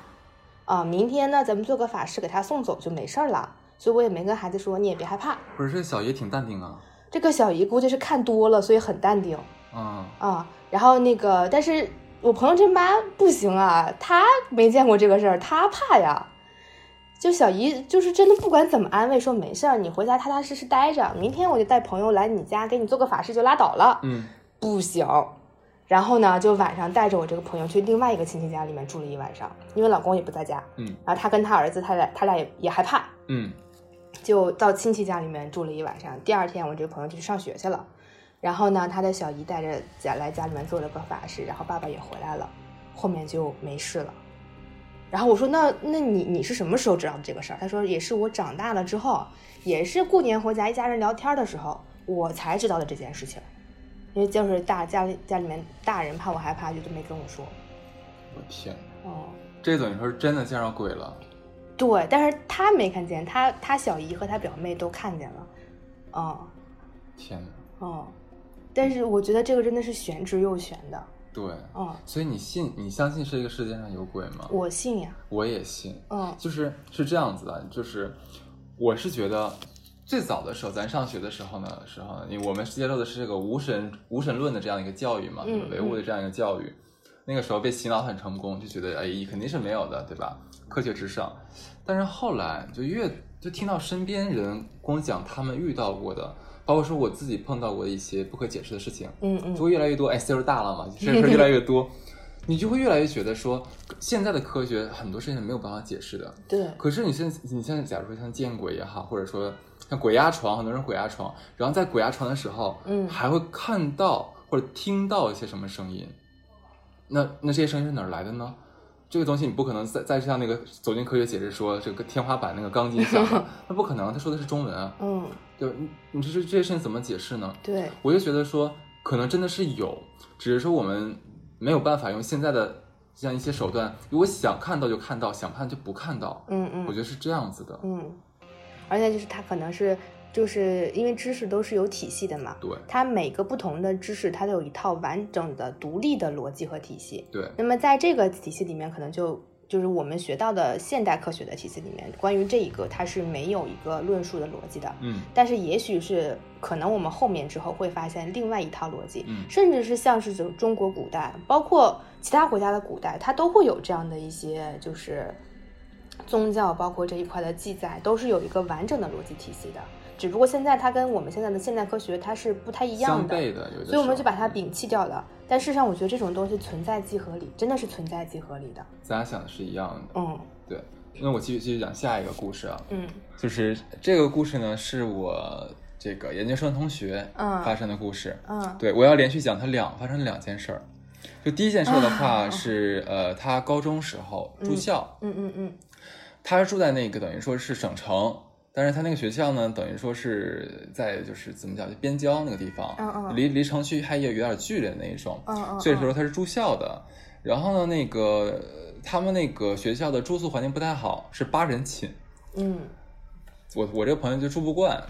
啊，明天呢咱们做个法事给她送走就没事儿了。所以我也没跟孩子说，你也别害怕。不是这小爷挺淡定啊这个小姨估计是看多了，所以很淡定啊，啊。然后那个，但是我朋友这妈不行啊，她没见过这个事儿，她怕呀。就小姨就是真的不管怎么安慰，说没事儿，你回家踏踏实实待着，明天我就带朋友来你家给你做个法事就拉倒了，嗯不行。然后呢，就晚上带着我这个朋友去另外一个亲戚家里面住了一晚上，因为老公也不在家。嗯然后她跟她儿子，他俩他俩也也害怕，嗯就到亲戚家里面住了一晚上。第二天，我这个朋友就去上学去了。然后呢，他的小姨带着家来家里面做了个法事，然后爸爸也回来了，后面就没事了。然后我说那那你你是什么时候知道的这个事儿？他说也是我长大了之后，也是过年回家一家人聊天的时候，我才知道的这件事情。因为就是大家里家里面大人怕我害怕，就都没跟我说。我天，哦、这等于说是真的见着鬼了。对，但是他没看见，他他小姨和他表妹都看见了。哦天哪，哦，但是我觉得这个真的是玄之又玄的。对，嗯，所以你信你相信这个世界上有鬼吗？我信呀。我也信，嗯就是是这样子的，就是我是觉得最早的时候，咱上学的时候呢，时候呢因为我们接受的是这个无神无神论的这样一个教育嘛，嗯就是唯物的这样一个教育。那个时候被洗脑很成功，就觉得哎，肯定是没有的，对吧？科学至上。但是后来就越就听到身边人光讲他们遇到过的，包括说我自己碰到过的一些不可解释的事情，嗯嗯就会越来越多。哎，岁数大了 嘛，这事儿越来越多，你就会越来越觉得说，现在的科学很多事情是没有办法解释的。对，可是你现在你现在假如说像见鬼也好，或者说像鬼压床，很多人鬼压床，然后在鬼压床的时候，嗯还会看到或者听到一些什么声音，那那这些声音是哪儿来的呢？这个东西你不可能再再像那个走进科学解释说这个天花板那个钢筋响 了，那不可能，他说的是中文啊，嗯对吧，你你这这这些事情怎么解释呢？对，我就觉得说，可能真的是有，只是说我们没有办法用现在的这样一些手段，如果想看到就看到，想看就不看到。嗯我觉嗯得是这样子的，嗯，而且就是他可能是就是因为知识都是有体系的嘛，对它每个不同的知识它都有一套完整的独立的逻辑和体系。对那么在这个体系里面，可能就就是我们学到的现代科学的体系里面，关于这一个它是没有一个论述的逻辑的。嗯但是也许是可能我们后面之后会发现另外一套逻辑，嗯甚至是像是中中国古代，包括其他国家的古代，它都会有这样的一些就是宗教，包括这一块的记载，都是有一个完整的逻辑体系的。只不过现在它跟我们现在的现代科学它是不太一样相的，悖的，有的时候嗯所以我们就把它摒弃掉了。但事实上，我觉得这种东西存在即合理，真的是存在即合理的。咱俩想的是一样的。嗯对，那我继续继续讲下一个故事啊，嗯就是这个故事呢是我这个研究生同学嗯发生的故事。嗯对，我要连续讲他两发生了两件事儿。就第一件事儿的话啊是，呃，他高中时候住嗯校，嗯嗯嗯他是住在那个等于说是省城，但是他那个学校呢，等于说是在就是怎么讲，就边郊那个地方，嗯嗯离离城区还也有点距离的那一种，嗯嗯，所以说他是住校的。然后呢，那个呃他们那个学校的住宿环境不太好，是八人寝，嗯我我这个朋友就住不惯，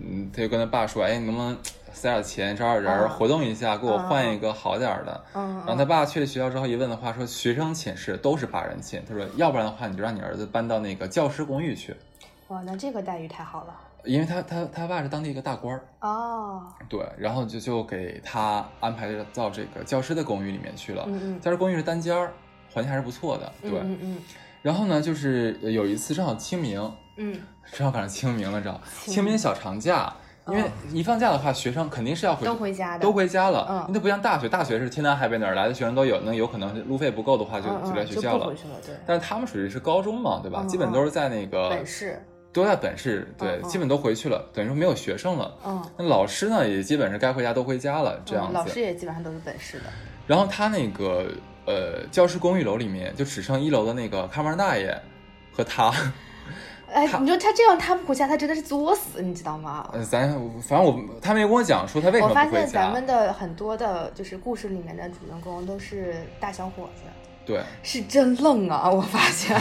嗯，他就跟他爸说，哎，你能不能塞点钱找点人啊活动一下，给我换一个好点儿的。嗯然后他爸去了学校之后一问的话，说学生寝室都是八人寝，他说要不然的话你就让你儿子搬到那个教师公寓去，哇，那这个待遇太好了因为他他他爸是当地一个大官儿，哦。对，然后就就给他安排到这个教师的公寓里面去了。嗯嗯教师公寓是单间儿，环境还是不错的，对。嗯嗯然后呢，就是有一次正好清明，嗯嗯，正好赶上清明了，知道清嗯清明小长假，因为一放假的话，学生肯定是要回都回家的，都回家了，嗯那不像大学，大学是天南海北哪儿来的学生都有，那有可能路费不够的话就、嗯嗯就来学校就不了回。去了，对，但是他们属于是高中嘛，对吧？嗯基本都是在那个本市，都在本市，对，嗯嗯基本都回去了，等于说没有学生了。嗯，那老师呢，也基本是该回家都回家了，这样嗯子。老师也基本上都是本市的，然后他那个呃教师公寓楼里面，就只剩一楼的那个看门大爷和他， 哎他，你说他这样他不回家，他真的是作死，你知道吗？呃咱反正我他没跟我讲说他为什我么发不现回咱家们，的很多的，就是故事里面的主人公都是大小伙子，对，是真愣啊！我发 现，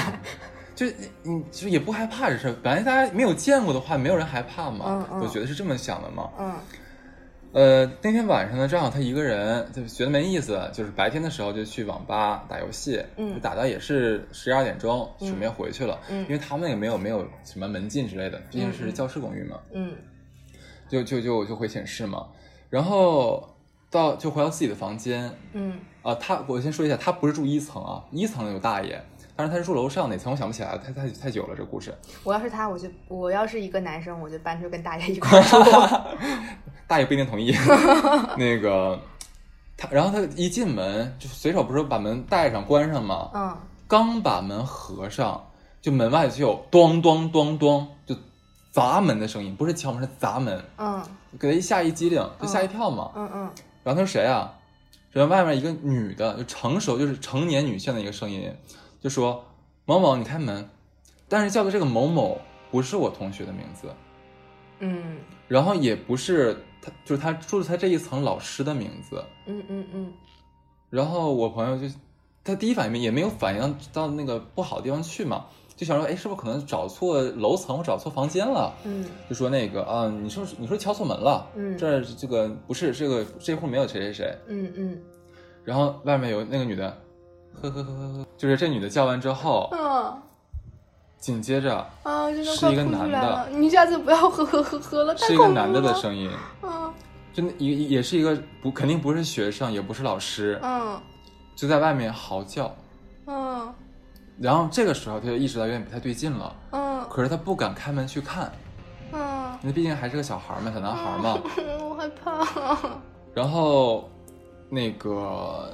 就你你就也不害怕这事儿，本来大家没有见过的话，没有人害怕嘛，嗯嗯我觉得是这么想的嘛。嗯呃，那天晚上呢，正好他一个人，就觉得没意思，就是白天的时候就去网吧打游戏，嗯就打到也是十二点钟，准备回去了，嗯因为他们也没有没有什么门禁之类的，毕竟是教师公寓嘛，嗯就就就就回寝室嘛，然后到就回到自己的房间，嗯啊，他我先说一下，他不是住一层啊，一层有大爷，但是他是住楼上哪层我想不起来了，太太太久了这故事， 我要是他，我就我要是一个男生，我就搬出去跟大爷一块儿 住。大爷不一定同意。那个他，然后他一进门就随手不是把门带上关上吗？嗯，刚把门合上，就门外就有咚咚咚咚就砸门的声音，不是敲门是砸门，嗯给他一吓一激灵，就吓一跳嘛。嗯嗯然后他说谁啊？然后外面一个女的，就成熟就是成年女性的一个声音，就说某某，你开门。但是叫的这个某某不是我同学的名字，嗯然后也不是他，就是他住他这一层老师的名字。嗯嗯嗯然后我朋友就，他第一反应也没有反应到那个不好的地方去嘛，就想说，哎，是不是可能找错楼层或找错房间了？嗯就说那个啊，你是不是你说敲错门了？嗯这儿这个不是这个这户没有谁谁谁。嗯嗯然后外面有那个女的，呵呵呵呵呵，就是这女的叫完之后，嗯紧接着啊，真的是快一个哭出男来的了！你下次不要呵呵呵呵了，太是一个恐怖男的的了声音，嗯真的也也是一个不肯定不是学生，也不是老师，嗯就在外面嚎叫。嗯然后这个时候他就意识到有点不太对劲了，嗯可是他不敢开门去看，嗯，那毕竟还是个小孩嘛，小男孩嘛。 我害怕。然后那个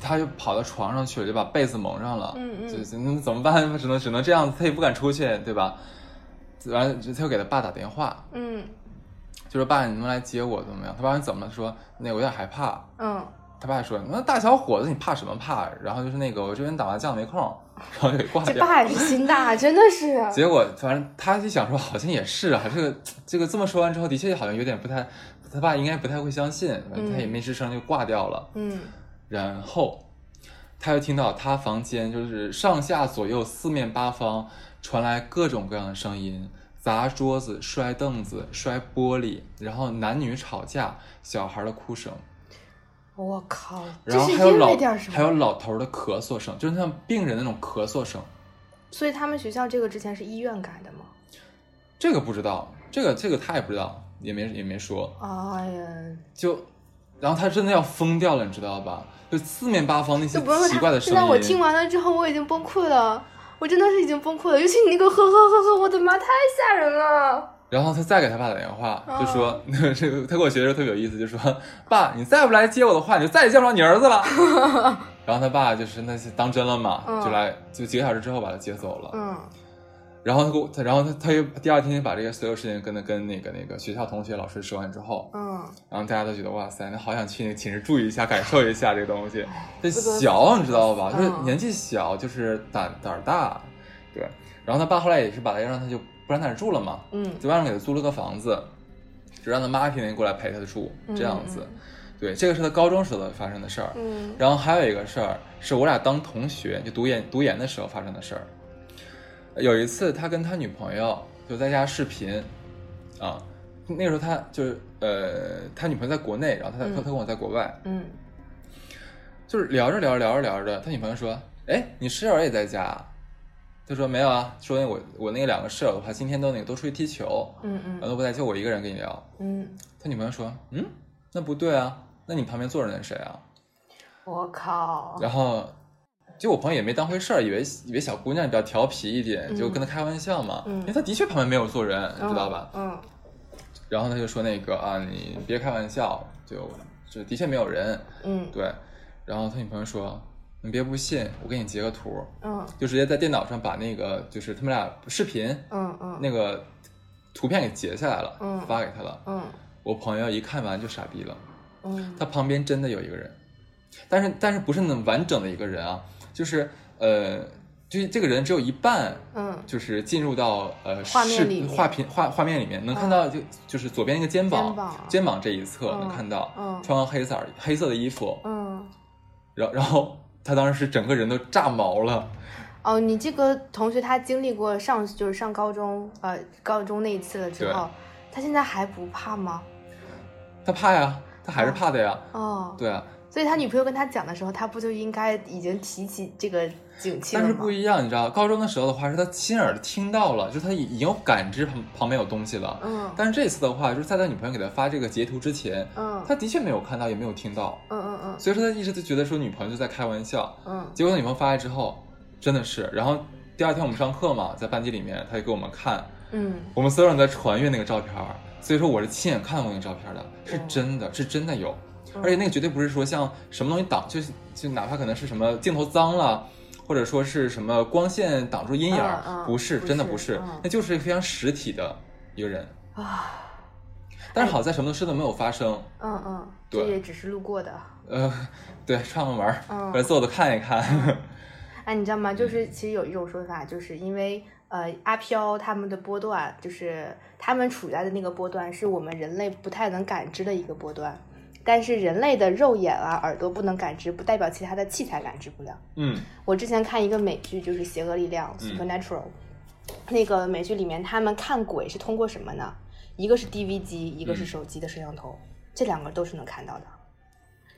他就跑到床上去了，就把被子蒙上了。嗯嗯就就那怎么办？只能只能这样子，他也不敢出去，对吧？完了，他又给他爸打电话，嗯就说爸，你能来接我怎么样？他爸说怎么了？说那我有点害怕。嗯他爸说：“那大小伙子，你怕什么怕？”然后就是那个我这边打麻将没空，然后就给挂这 掉。爸也是心大，真的是。结果反正他就想说，好像也是啊，这个这个这么说完之后，的确好像有点不太，他爸应该不太会相信，反正他也没吱声就挂掉了。嗯然后他又听到他房间就是上下左右四面八方传来各种各样的声音，砸桌子、摔凳子、摔玻璃，然后男女吵架、小孩的哭声。我靠，这然后是还有因为老点什么？还有老头儿的咳嗽声，就是像病人那种咳嗽声。所以他们学校这个之前是医院改的吗？这个不知道，这个这个他也不知道，也没也没说。哎呀，就，然后他真的要疯掉了，你知道吧？就四面八方那些 就不用奇怪的他。声现音。在我听完了之后，我已经崩溃了，我真的是已经崩溃了。尤其你那个呵呵呵呵，我的妈，太吓人了。然后他再给他爸打电话，哦就说 这个他给我学的时候特别有意思，就说爸，你再不来接我的话，你就再也见不着你儿子 了。然后他爸就是那是当真了嘛，嗯就来就几个小时之后把他接走了。嗯然后他给我，他然后他他又第二天把这个所有事情跟他跟那个那个学校同学老师说完之后，嗯，然后大家都觉得哇塞，那好想去那个寝室住一下，感受一下这个东 西。这小你知道吧？嗯就是年纪小，就是胆胆儿大，对。然后他爸后来也是把他让他就不让他住了嘛，嗯就外面给他租了个房子，就让他妈天天过来陪他住这样子。对，这个是他高中时候发生的事儿。嗯然后还有一个事儿是我俩当同学，就读研读研的时候发生的事儿。有一次，他跟他女朋友就在家视频，啊，那个时候他就是呃，他女朋友在国内，然后他在、嗯他跟我在国外，嗯就是聊着聊着聊着聊着，他女朋友说：“哎，你室友也在家啊？”他说：“没有啊，说我我那个两个室友的话，今天都那个都出去踢球，嗯然后嗯呃都不在，就我一个人跟你聊。嗯，”他女朋友说：“嗯，那不对啊，那你旁边坐着那是谁啊？”我靠。然后，就我朋友也没当回事儿，以为以为小姑娘比较调皮一点，就跟她开玩笑嘛。嗯因为她的确旁边没有坐人，你知道吧？嗯然后他就说那个啊，你别开玩笑，就就的确没有人。嗯对，然后他女朋友说，你别不信，我给你截个图，嗯就直接在电脑上把那个就是他们俩视频嗯嗯那个图片给截下来了，嗯发给他了。嗯我朋友一看完就傻逼了。嗯他旁边真的有一个人，但是但是不是那种完整的一个人啊，就是呃，就是这个人只有一半，嗯，就是进入到呃画面视里面嗯画屏画画面里面，能看到就、就是左边一个肩膀，肩膀这一侧嗯能看到，嗯穿个黑色儿黑色的衣服，嗯。然后然后他当时整个人都炸毛了，哦，你这个同学他经历过上就是上高中呃高中那一次了之后，他现在还不怕吗？他怕呀，他还是怕的呀，哦，对啊，所以他女朋友跟他讲的时候，他不就应该已经提起这个警惕了但吗？是不一样，你知道，高中的时候的话是他亲耳听到了，就是他已已经有感知旁旁边有东西了，嗯但是这次的话，就是在他女朋友给他发这个截图之前，嗯他的确没有看到，也没有听到，嗯嗯嗯所以说他一直就觉得说女朋友就在开玩笑。嗯结果他女朋友发来之后，真的是，然后第二天我们上课嘛，在班级里面，他就给我们看，嗯我们所有人在传阅那个照片儿，所以说我是亲眼看过那个照片的，是真的，是真的有，而且那个绝对不是说像什么东西挡，就是就哪怕可能是什么镜头脏了。或者说是什么光线挡住阴影儿，嗯嗯不是，不真的是不是，嗯那就是非常实体的一个人。啊但是好在什么事都没有发生，嗯嗯，对这也只是路过的。呃，对，串个门儿，嗯或者坐着看一看。哎，你知道吗？嗯就是其实有一种说法，就是因为呃阿飘他们的波段，就是他们处在的那个波段，是我们人类不太能感知的一个波段。但是人类的肉眼啊、耳朵不能感知，不代表其他的器材感知不了。 嗯我之前看一个美剧，就是《邪恶力量》嗯 （Supernatural），、那个美剧里面他们看鬼是通过什么呢？一个是 DV 机，一个是嗯手机的摄像头，这两个都是能看到的，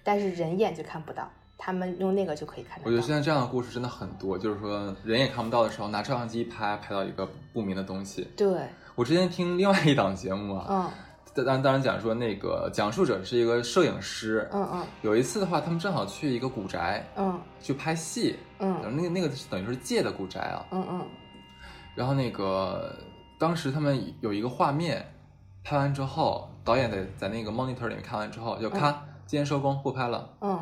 但是人眼就看不到，他们用那个就可以看我觉得得现到。在这样的故事真的很多，就是说人也看不到的时候，拿照相机拍，拍到一个不明的东西。对，我之前听另外一档节目啊，嗯当当当然讲说那个讲述者是一个摄影师，嗯嗯有一次的话，他们正好去一个古宅嗯去拍戏，嗯然后那个那个是等于说是借的古宅啊，嗯嗯然后那个当时他们有一个画面，拍完之后，导演在在那个 monitor 里面看完之后，就咔，今天收工不拍了，嗯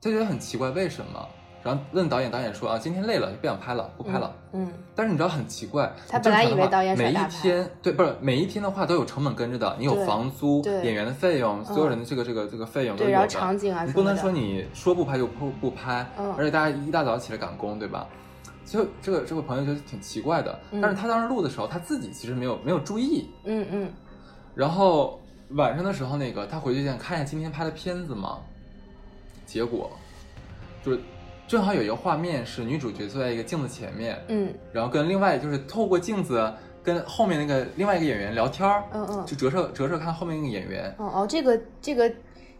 就觉得很奇怪，为什么？然后问导演，导演说啊，今天累了，不想拍了，不拍了。嗯，但是你知道很奇怪，他你本来正常的以为话导演甩每一大牌天对，不是每一天的话都有成本跟着的，你有对房租、对嗯演员的费用，所有人的这个这个这个费用都有对，然后的。场景啊你什不么能的，说你说不拍就不不拍，嗯而且大家一大早起来赶工，对吧？就这个这个朋友就挺奇怪的，嗯但是他当时录的时候，他自己其实没有没有注意，嗯嗯然后晚上的时候，那个他回去想看一下今天拍的片子嘛，结果就是正好有一个画面是女主角坐在一个镜子前面，嗯然后跟另外就是透过镜子跟后面那个另外一个演员聊天儿，嗯嗯就折射折射看后面那个演员哦哦，这个这个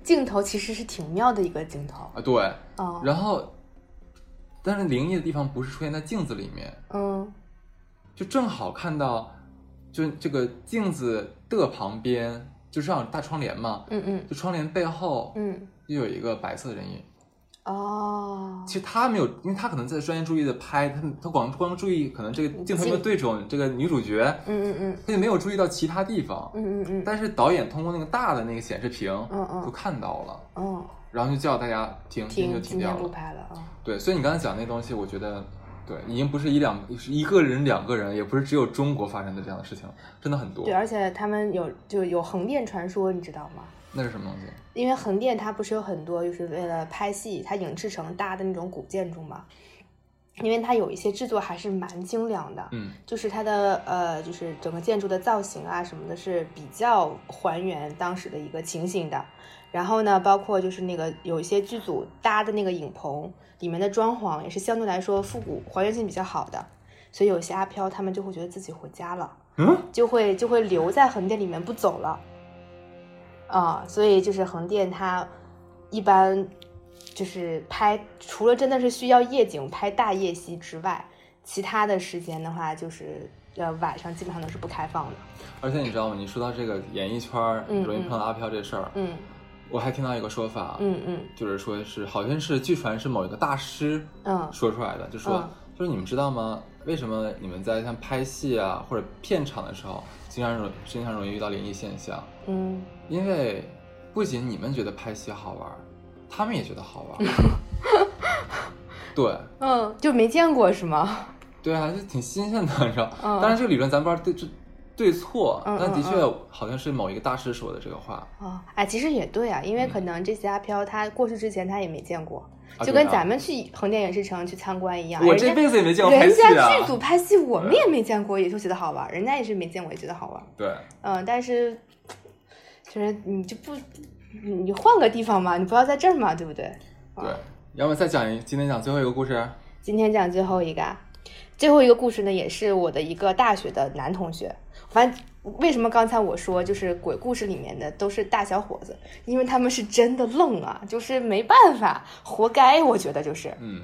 镜头其实是挺妙的一个镜头啊，对，哦，然后，但是灵异的地方不是出现在镜子里面，嗯就正好看到，就这个镜子的旁边，就是上有大窗帘嘛，嗯嗯就窗帘背后嗯就有一个白色的人影。哦，其实他没有，因为他可能在专心注意的拍，他他光光注意可能这个镜头没有对准这个女主角，嗯嗯他就没有注意到其他地方。嗯嗯嗯嗯但是导演通过那个大的那个显示屏嗯就嗯看到了，嗯，然后就叫大家停，今天就停停，今掉天了不。拍了啊，对，所以你刚才讲那东西，我觉得对，已经不是一两是一个人、两个人，也不是只有中国发生的这样的事情了，真的很多对，。而啊且他们有就有横店传说，你知道吗？那是什么东西？因为横店它不是有很多就是为了拍戏，它影视城搭的那种古建筑嘛，因为它有一些制作还是蛮精良的，嗯就是它的呃，就是整个建筑的造型啊什么的，是比较还原当时的一个情形的。然后呢，包括就是那个有一些剧组搭的那个影棚里面的装潢，也是相对来说复古还原性比较好的，所以有些阿飘他们就会觉得自己回家了，嗯，就会就会留在横店里面不走了。啊，所以就是横店它一般就是拍，除了真的是需要夜景拍大夜戏之外，其他的时间的话，就是呃晚上基本上都是不开放的。而且你知道吗？你说到这个演艺圈儿嗯容易碰到阿飘这事儿，嗯我还听到一个说法，嗯嗯就是说是好像是据传是某一个大师嗯说出来的，就说、嗯就是你们知道吗？为什么你们在像拍戏啊或者片场的时候，经常容经常容易遇到灵异现象？嗯，因为不仅你们觉得拍戏好玩儿，他们也觉得好玩儿。 对，嗯，就没见过是吗？对啊，就挺新鲜的，你知道。嗯当然，这个理论咱不知道对这对错，嗯但的嗯确好像是某一个大师说的这个话，啊，哎，其实也对啊，因为可能这些阿飘他过去之前他也没见过，啊就对跟啊咱们去横店影视城去参观一样，我人这家辈子也没见过拍人戏啊家剧。组拍戏，我们也没见过，也就觉得好玩，人家也是没见过，也觉得好玩。对，嗯，但是就是你就不，你你换个地方嘛，你不要在这儿嘛，对不对？对。要不再讲一今天讲最后一个故事？今天讲最后一个，啊，最后一个故事呢，也是我的一个大学的男同学。反正为什么刚才我说就是鬼故事里面的都是大小伙子，因为他们是真的愣啊，就是没办法，活该，我觉得就是。嗯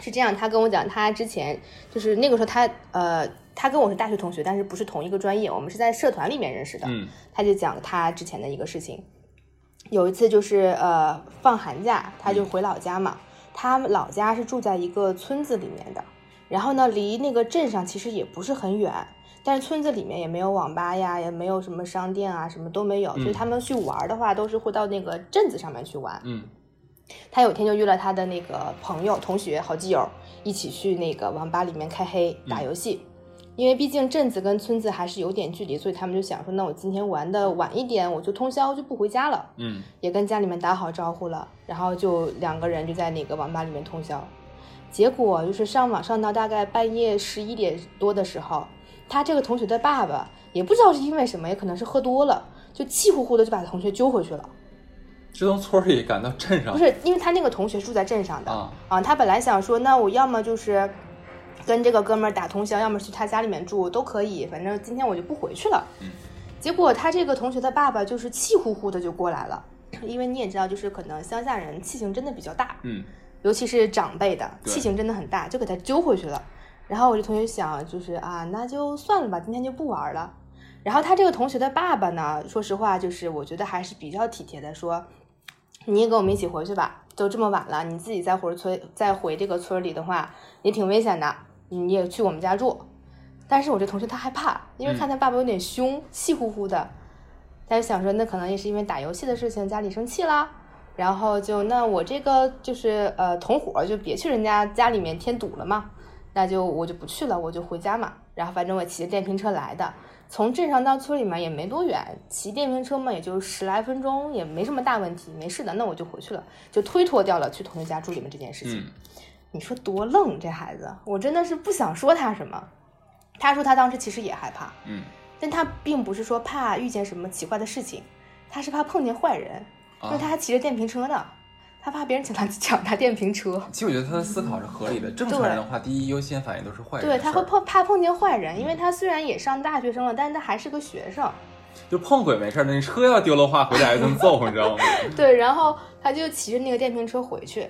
是这样，他跟我讲，他之前就是那个时候他呃，他跟我是大学同学，但是不是同一个专业，我们是在社团里面认识的。嗯他就讲他之前的一个事情。有一次就是呃放寒假，他嗯就回老家嘛，他老家是住在一个村子里面的，然后呢离那个镇上其实也不是很远，但是村子里面也没有网吧呀，也没有什么商店啊，什么都没有，所以嗯他们去玩的话都是会到那个镇子上面去玩。嗯他有一天就约了他的那个朋友、同学、好基友一起去那个网吧里面开黑打游戏，因为毕竟镇子跟村子还是有点距离，所以他们就想说，那我今天玩的晚一点，我就通宵就不回家了，嗯也跟家里面打好招呼了，然后就两个人就在那个网吧里面通宵。结果就是上网上到大概半夜十一点多的时候，他这个同学的爸爸也不知道是因为什么，也可能是喝多了，就气呼呼的就把同学揪回去了。是从村儿里赶到镇上，不是因为他那个同学住在镇上的啊他本来想说，那我要么就是跟这个哥们儿打通宵，要么去他家里面住都可以，反正今天我就不回去了。嗯结果他这个同学的爸爸就是气呼呼的就过来了，因为你也知道，就是可能乡下人气性真的比较大，嗯，尤其是长辈的对气性真的很大，就给他揪回去了。然后我这同学想，就是啊，那就算了吧，今天就不玩了。然后他这个同学的爸爸呢，说实话，就是我觉得还是比较体贴的，说你也跟我们一起回去吧，都这么晚了，你自己再回村再回这个村里的话，也挺危险的，你也去我们家住。但是我这同学他害怕，因为看他爸爸有点凶，气呼呼的，他就想说，那可能也是因为打游戏的事情，家里生气啦。然后就那我这个就是呃同伙儿就别去人家家里面添堵了嘛，那就我就不去了，我就回家嘛。然后反正我骑着电瓶车来的，从镇上到村里面也没多远，骑电瓶车嘛也就十来分钟，也没什么大问题，没事的，那我就回去了，就推脱掉了去同学家住里面这件事情。嗯你说多愣这孩子，我真的是不想说他什么。他说他当时其实也害怕，嗯，但他并不是说怕遇见什么奇怪的事情，他是怕碰见坏人，因为他啊，还骑着电瓶车呢，他怕别人抢他 抢他电瓶车。其实我觉得他的思考是合理的。正常人的话，第一优先反应都是坏人的事儿，嗯对，嗯他会碰怕碰见坏人，因为他虽然也上大学生了，但是他还是个学生。就碰鬼没事儿，那车要丢了话，回来挨顿揍，你知道吗？对，然后他就骑着那个电瓶车回去，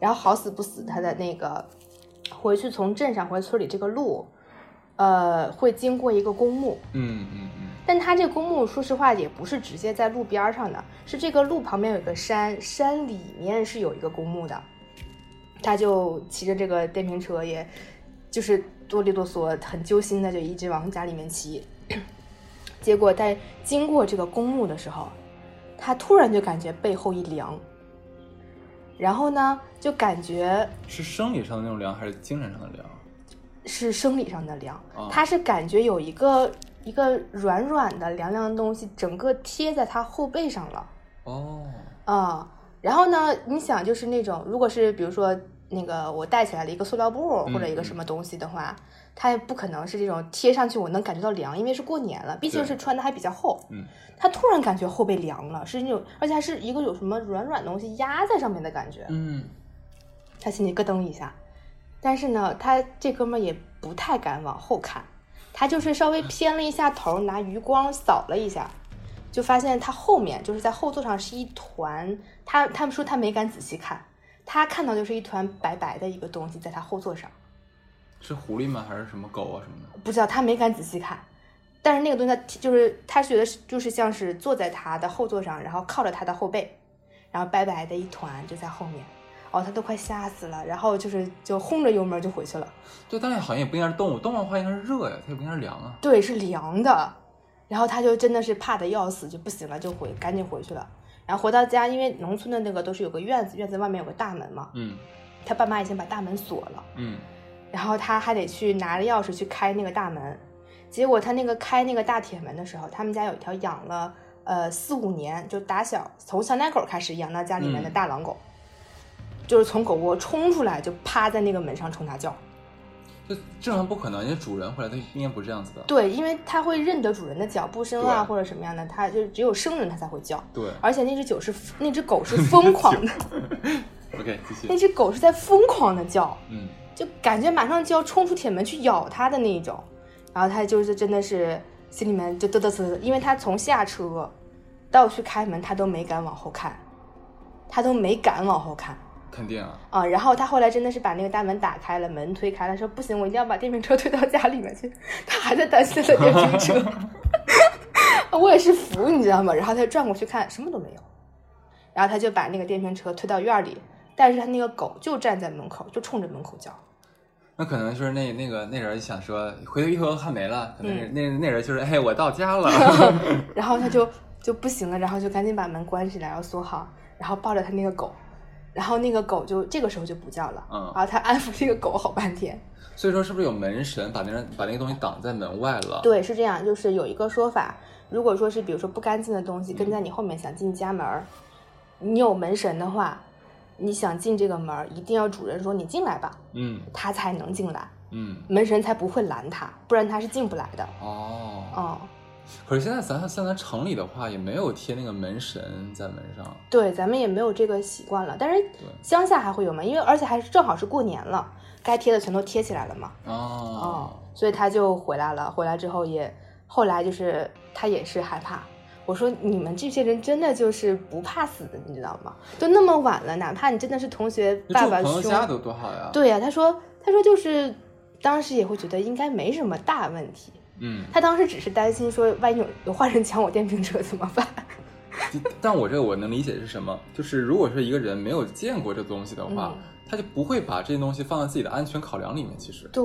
然后好死不死，他的那个回去从镇上回村里这个路，呃，会经过一个公墓，嗯嗯嗯，但他这公墓说实话也不是直接在路边儿上的，是这个路旁边有一个山，山里面是有一个公墓的。他就骑着这个电瓶车，也就是哆里哆嗦，很揪心的就一直往家里面骑。结果在经过这个公墓的时候，他突然就感觉背后一凉，然后呢，就感觉是生理上的那种凉还是精神上的凉？是生理上的凉啊，他是感觉有一个一个软软的凉凉的东西，整个贴在他后背上了哦，啊、然后呢，你想就是那种，如果是比如说那个我带起来了一个塑料布嗯或者一个什么东西的话，它也不可能是这种贴上去我能感觉到凉，因为是过年了，毕竟对是穿的还比较厚。嗯，他突然感觉后背凉了，是那种，而且还是一个有什么软软的东西压在上面的感觉。嗯，他心里咯噔一下。但是呢，他这哥们儿也不太敢往后看，他就是稍微偏了一下头，拿余光扫了一下，就发现他后面就是在后座上是一团，他他们说他没敢仔细看，他看到就是一团白白的一个东西在他后座上，是狐狸吗？还是什么狗啊什么的？不知道他没敢仔细看。但是那个东西他，就是他觉得是就是像是坐在他的后座上，然后靠着他的后背，然后白白的一团就在后面，哦，他都快吓死了，然后就是就轰着油门就回去了。对，但是好像也不应该是动物，动物的话应该是热呀，它也不应该是凉啊。对，是凉的。然后他就真的是怕的要死，就不行了，就回赶紧回去了。然后回到家，因为农村的那个都是有个院子，院子外面有个大门嘛，嗯他爸妈已经把大门锁了，嗯，然后他还得去拿着钥匙去开那个大门。结果他那个开那个大铁门的时候，他们家有一条养了呃四五年，就打小从小奶狗开始养到家里面的嗯大狼狗，就是从狗窝冲出来就趴在那个门上冲他叫。就正常不可能，人家主人回来它应该不是这样子的。对，因为它会认得主人的脚步声啊，对或者什么样的，它就只有生人它才会叫。对而且那只狗是那只狗是疯狂的， ，OK，继续那。只狗是在疯狂的叫，嗯，就感觉马上就要冲出铁门去咬它的那一种。然后它就是真的是心里面就嘚嘚瑟瑟，因为它从下车到去开门，它都没敢往后看，它都没敢往后看。肯定啊。啊，然后他后来真的是把那个大门打开了，门推开了，说不行，我一定要把电瓶车推到家里面去。他还在担心他的电瓶车， 我也是服，你知道吗？然后他就转过去看，什么都没有，然后他就把那个电瓶车推到院儿里，但是他那个狗就站在门口，就冲着门口叫。那可能就是那那个那人想说，回头一回头看没了，可能是那、那人就是哎，我到家了， 然后他就就不行了，然后就赶紧把门关起来，然后锁好，然后抱着他那个狗，然后那个狗就这个时候就不叫了，嗯然后他安抚这个狗好半天。所以说是不是有门神把那人把那个东西挡在门外了？，对，是这样，就是有一个说法，如果说是比如说不干净的东西跟在你后面想进家门儿，你有门神的话，你想进这个门儿，一定要主人说你进来吧，嗯他才能进来，嗯，门神才不会拦他，不然他是进不来的。哦，哦，可是现在咱像咱城里的话，也没有贴那个门神在门上，对，咱们也没有这个习惯了，但是对，乡下还会有嘛，因为而且还是正好是过年了，该贴的全都贴起来了嘛。哦哦，，所以他就回来了。回来之后也，后来就是他也是害怕。我说你们这些人真的就是不怕死的，你知道吗？都那么晚了，哪怕你真的是同学、那爸住爸、朋友家兄，多多好呀，，对呀、他说，他说就是当时也会觉得应该没什么大问题。嗯，他当时只是担心说，万一有有坏人抢我电瓶车怎么办？ 但我这个我能理解是什么， 就是如果是一个人没有见过这东西的话，嗯他就不会把这些东西放在自己的安全考量里面，其实对，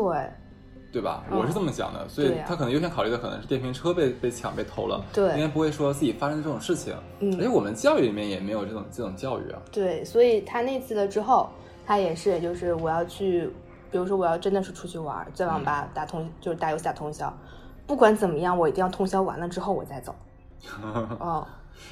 对吧？嗯我是这么想的，所以对呀他可能优先考虑的可能是电瓶车被被抢被偷了，对应该不会说自己发生这种事情。而且嗯，我们教育里面也没有这种这种教育啊。对，所以他那次了之后，他也是，就是我要去，比如说我要真的是出去玩儿，在嗯网吧打通，就是打游戏打通宵，不管怎么样，我一定要通宵完了之后我 再走。哦，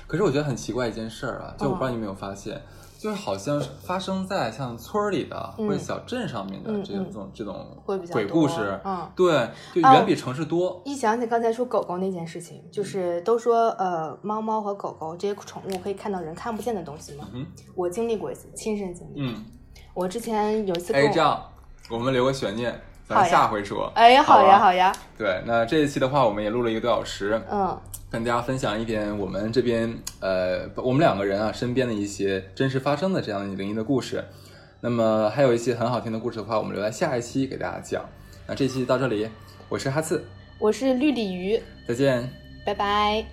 可是我觉得很奇怪一件事儿啊，就我不知道嗯你有没有发现，就是好像是发生在像村儿里的、嗯或者小镇上面的嗯这种、嗯这种这种会比较鬼多故事，嗯对，就哦远比城市多。一想起刚才说狗狗那件事情，嗯就是都说呃，猫猫和狗狗这些宠物可以看到人看不见的东西嘛。嗯我经历过一次，亲身经历。嗯，我之前有一次跟哎，我，这样我们留个悬念，好咱呀下回说。哎，好好呀，吧啊好呀，对，那这一期的话，我们也录了一个多小时，嗯跟大家分享一点我们这边呃，我们两个人啊身边的一些真实发生的这样灵异的故事。那么还有一些很好听的故事的话，我们留在下一期给大家讲。那这期到这里，我是哈刺，我是绿鲤鱼，再见。拜拜。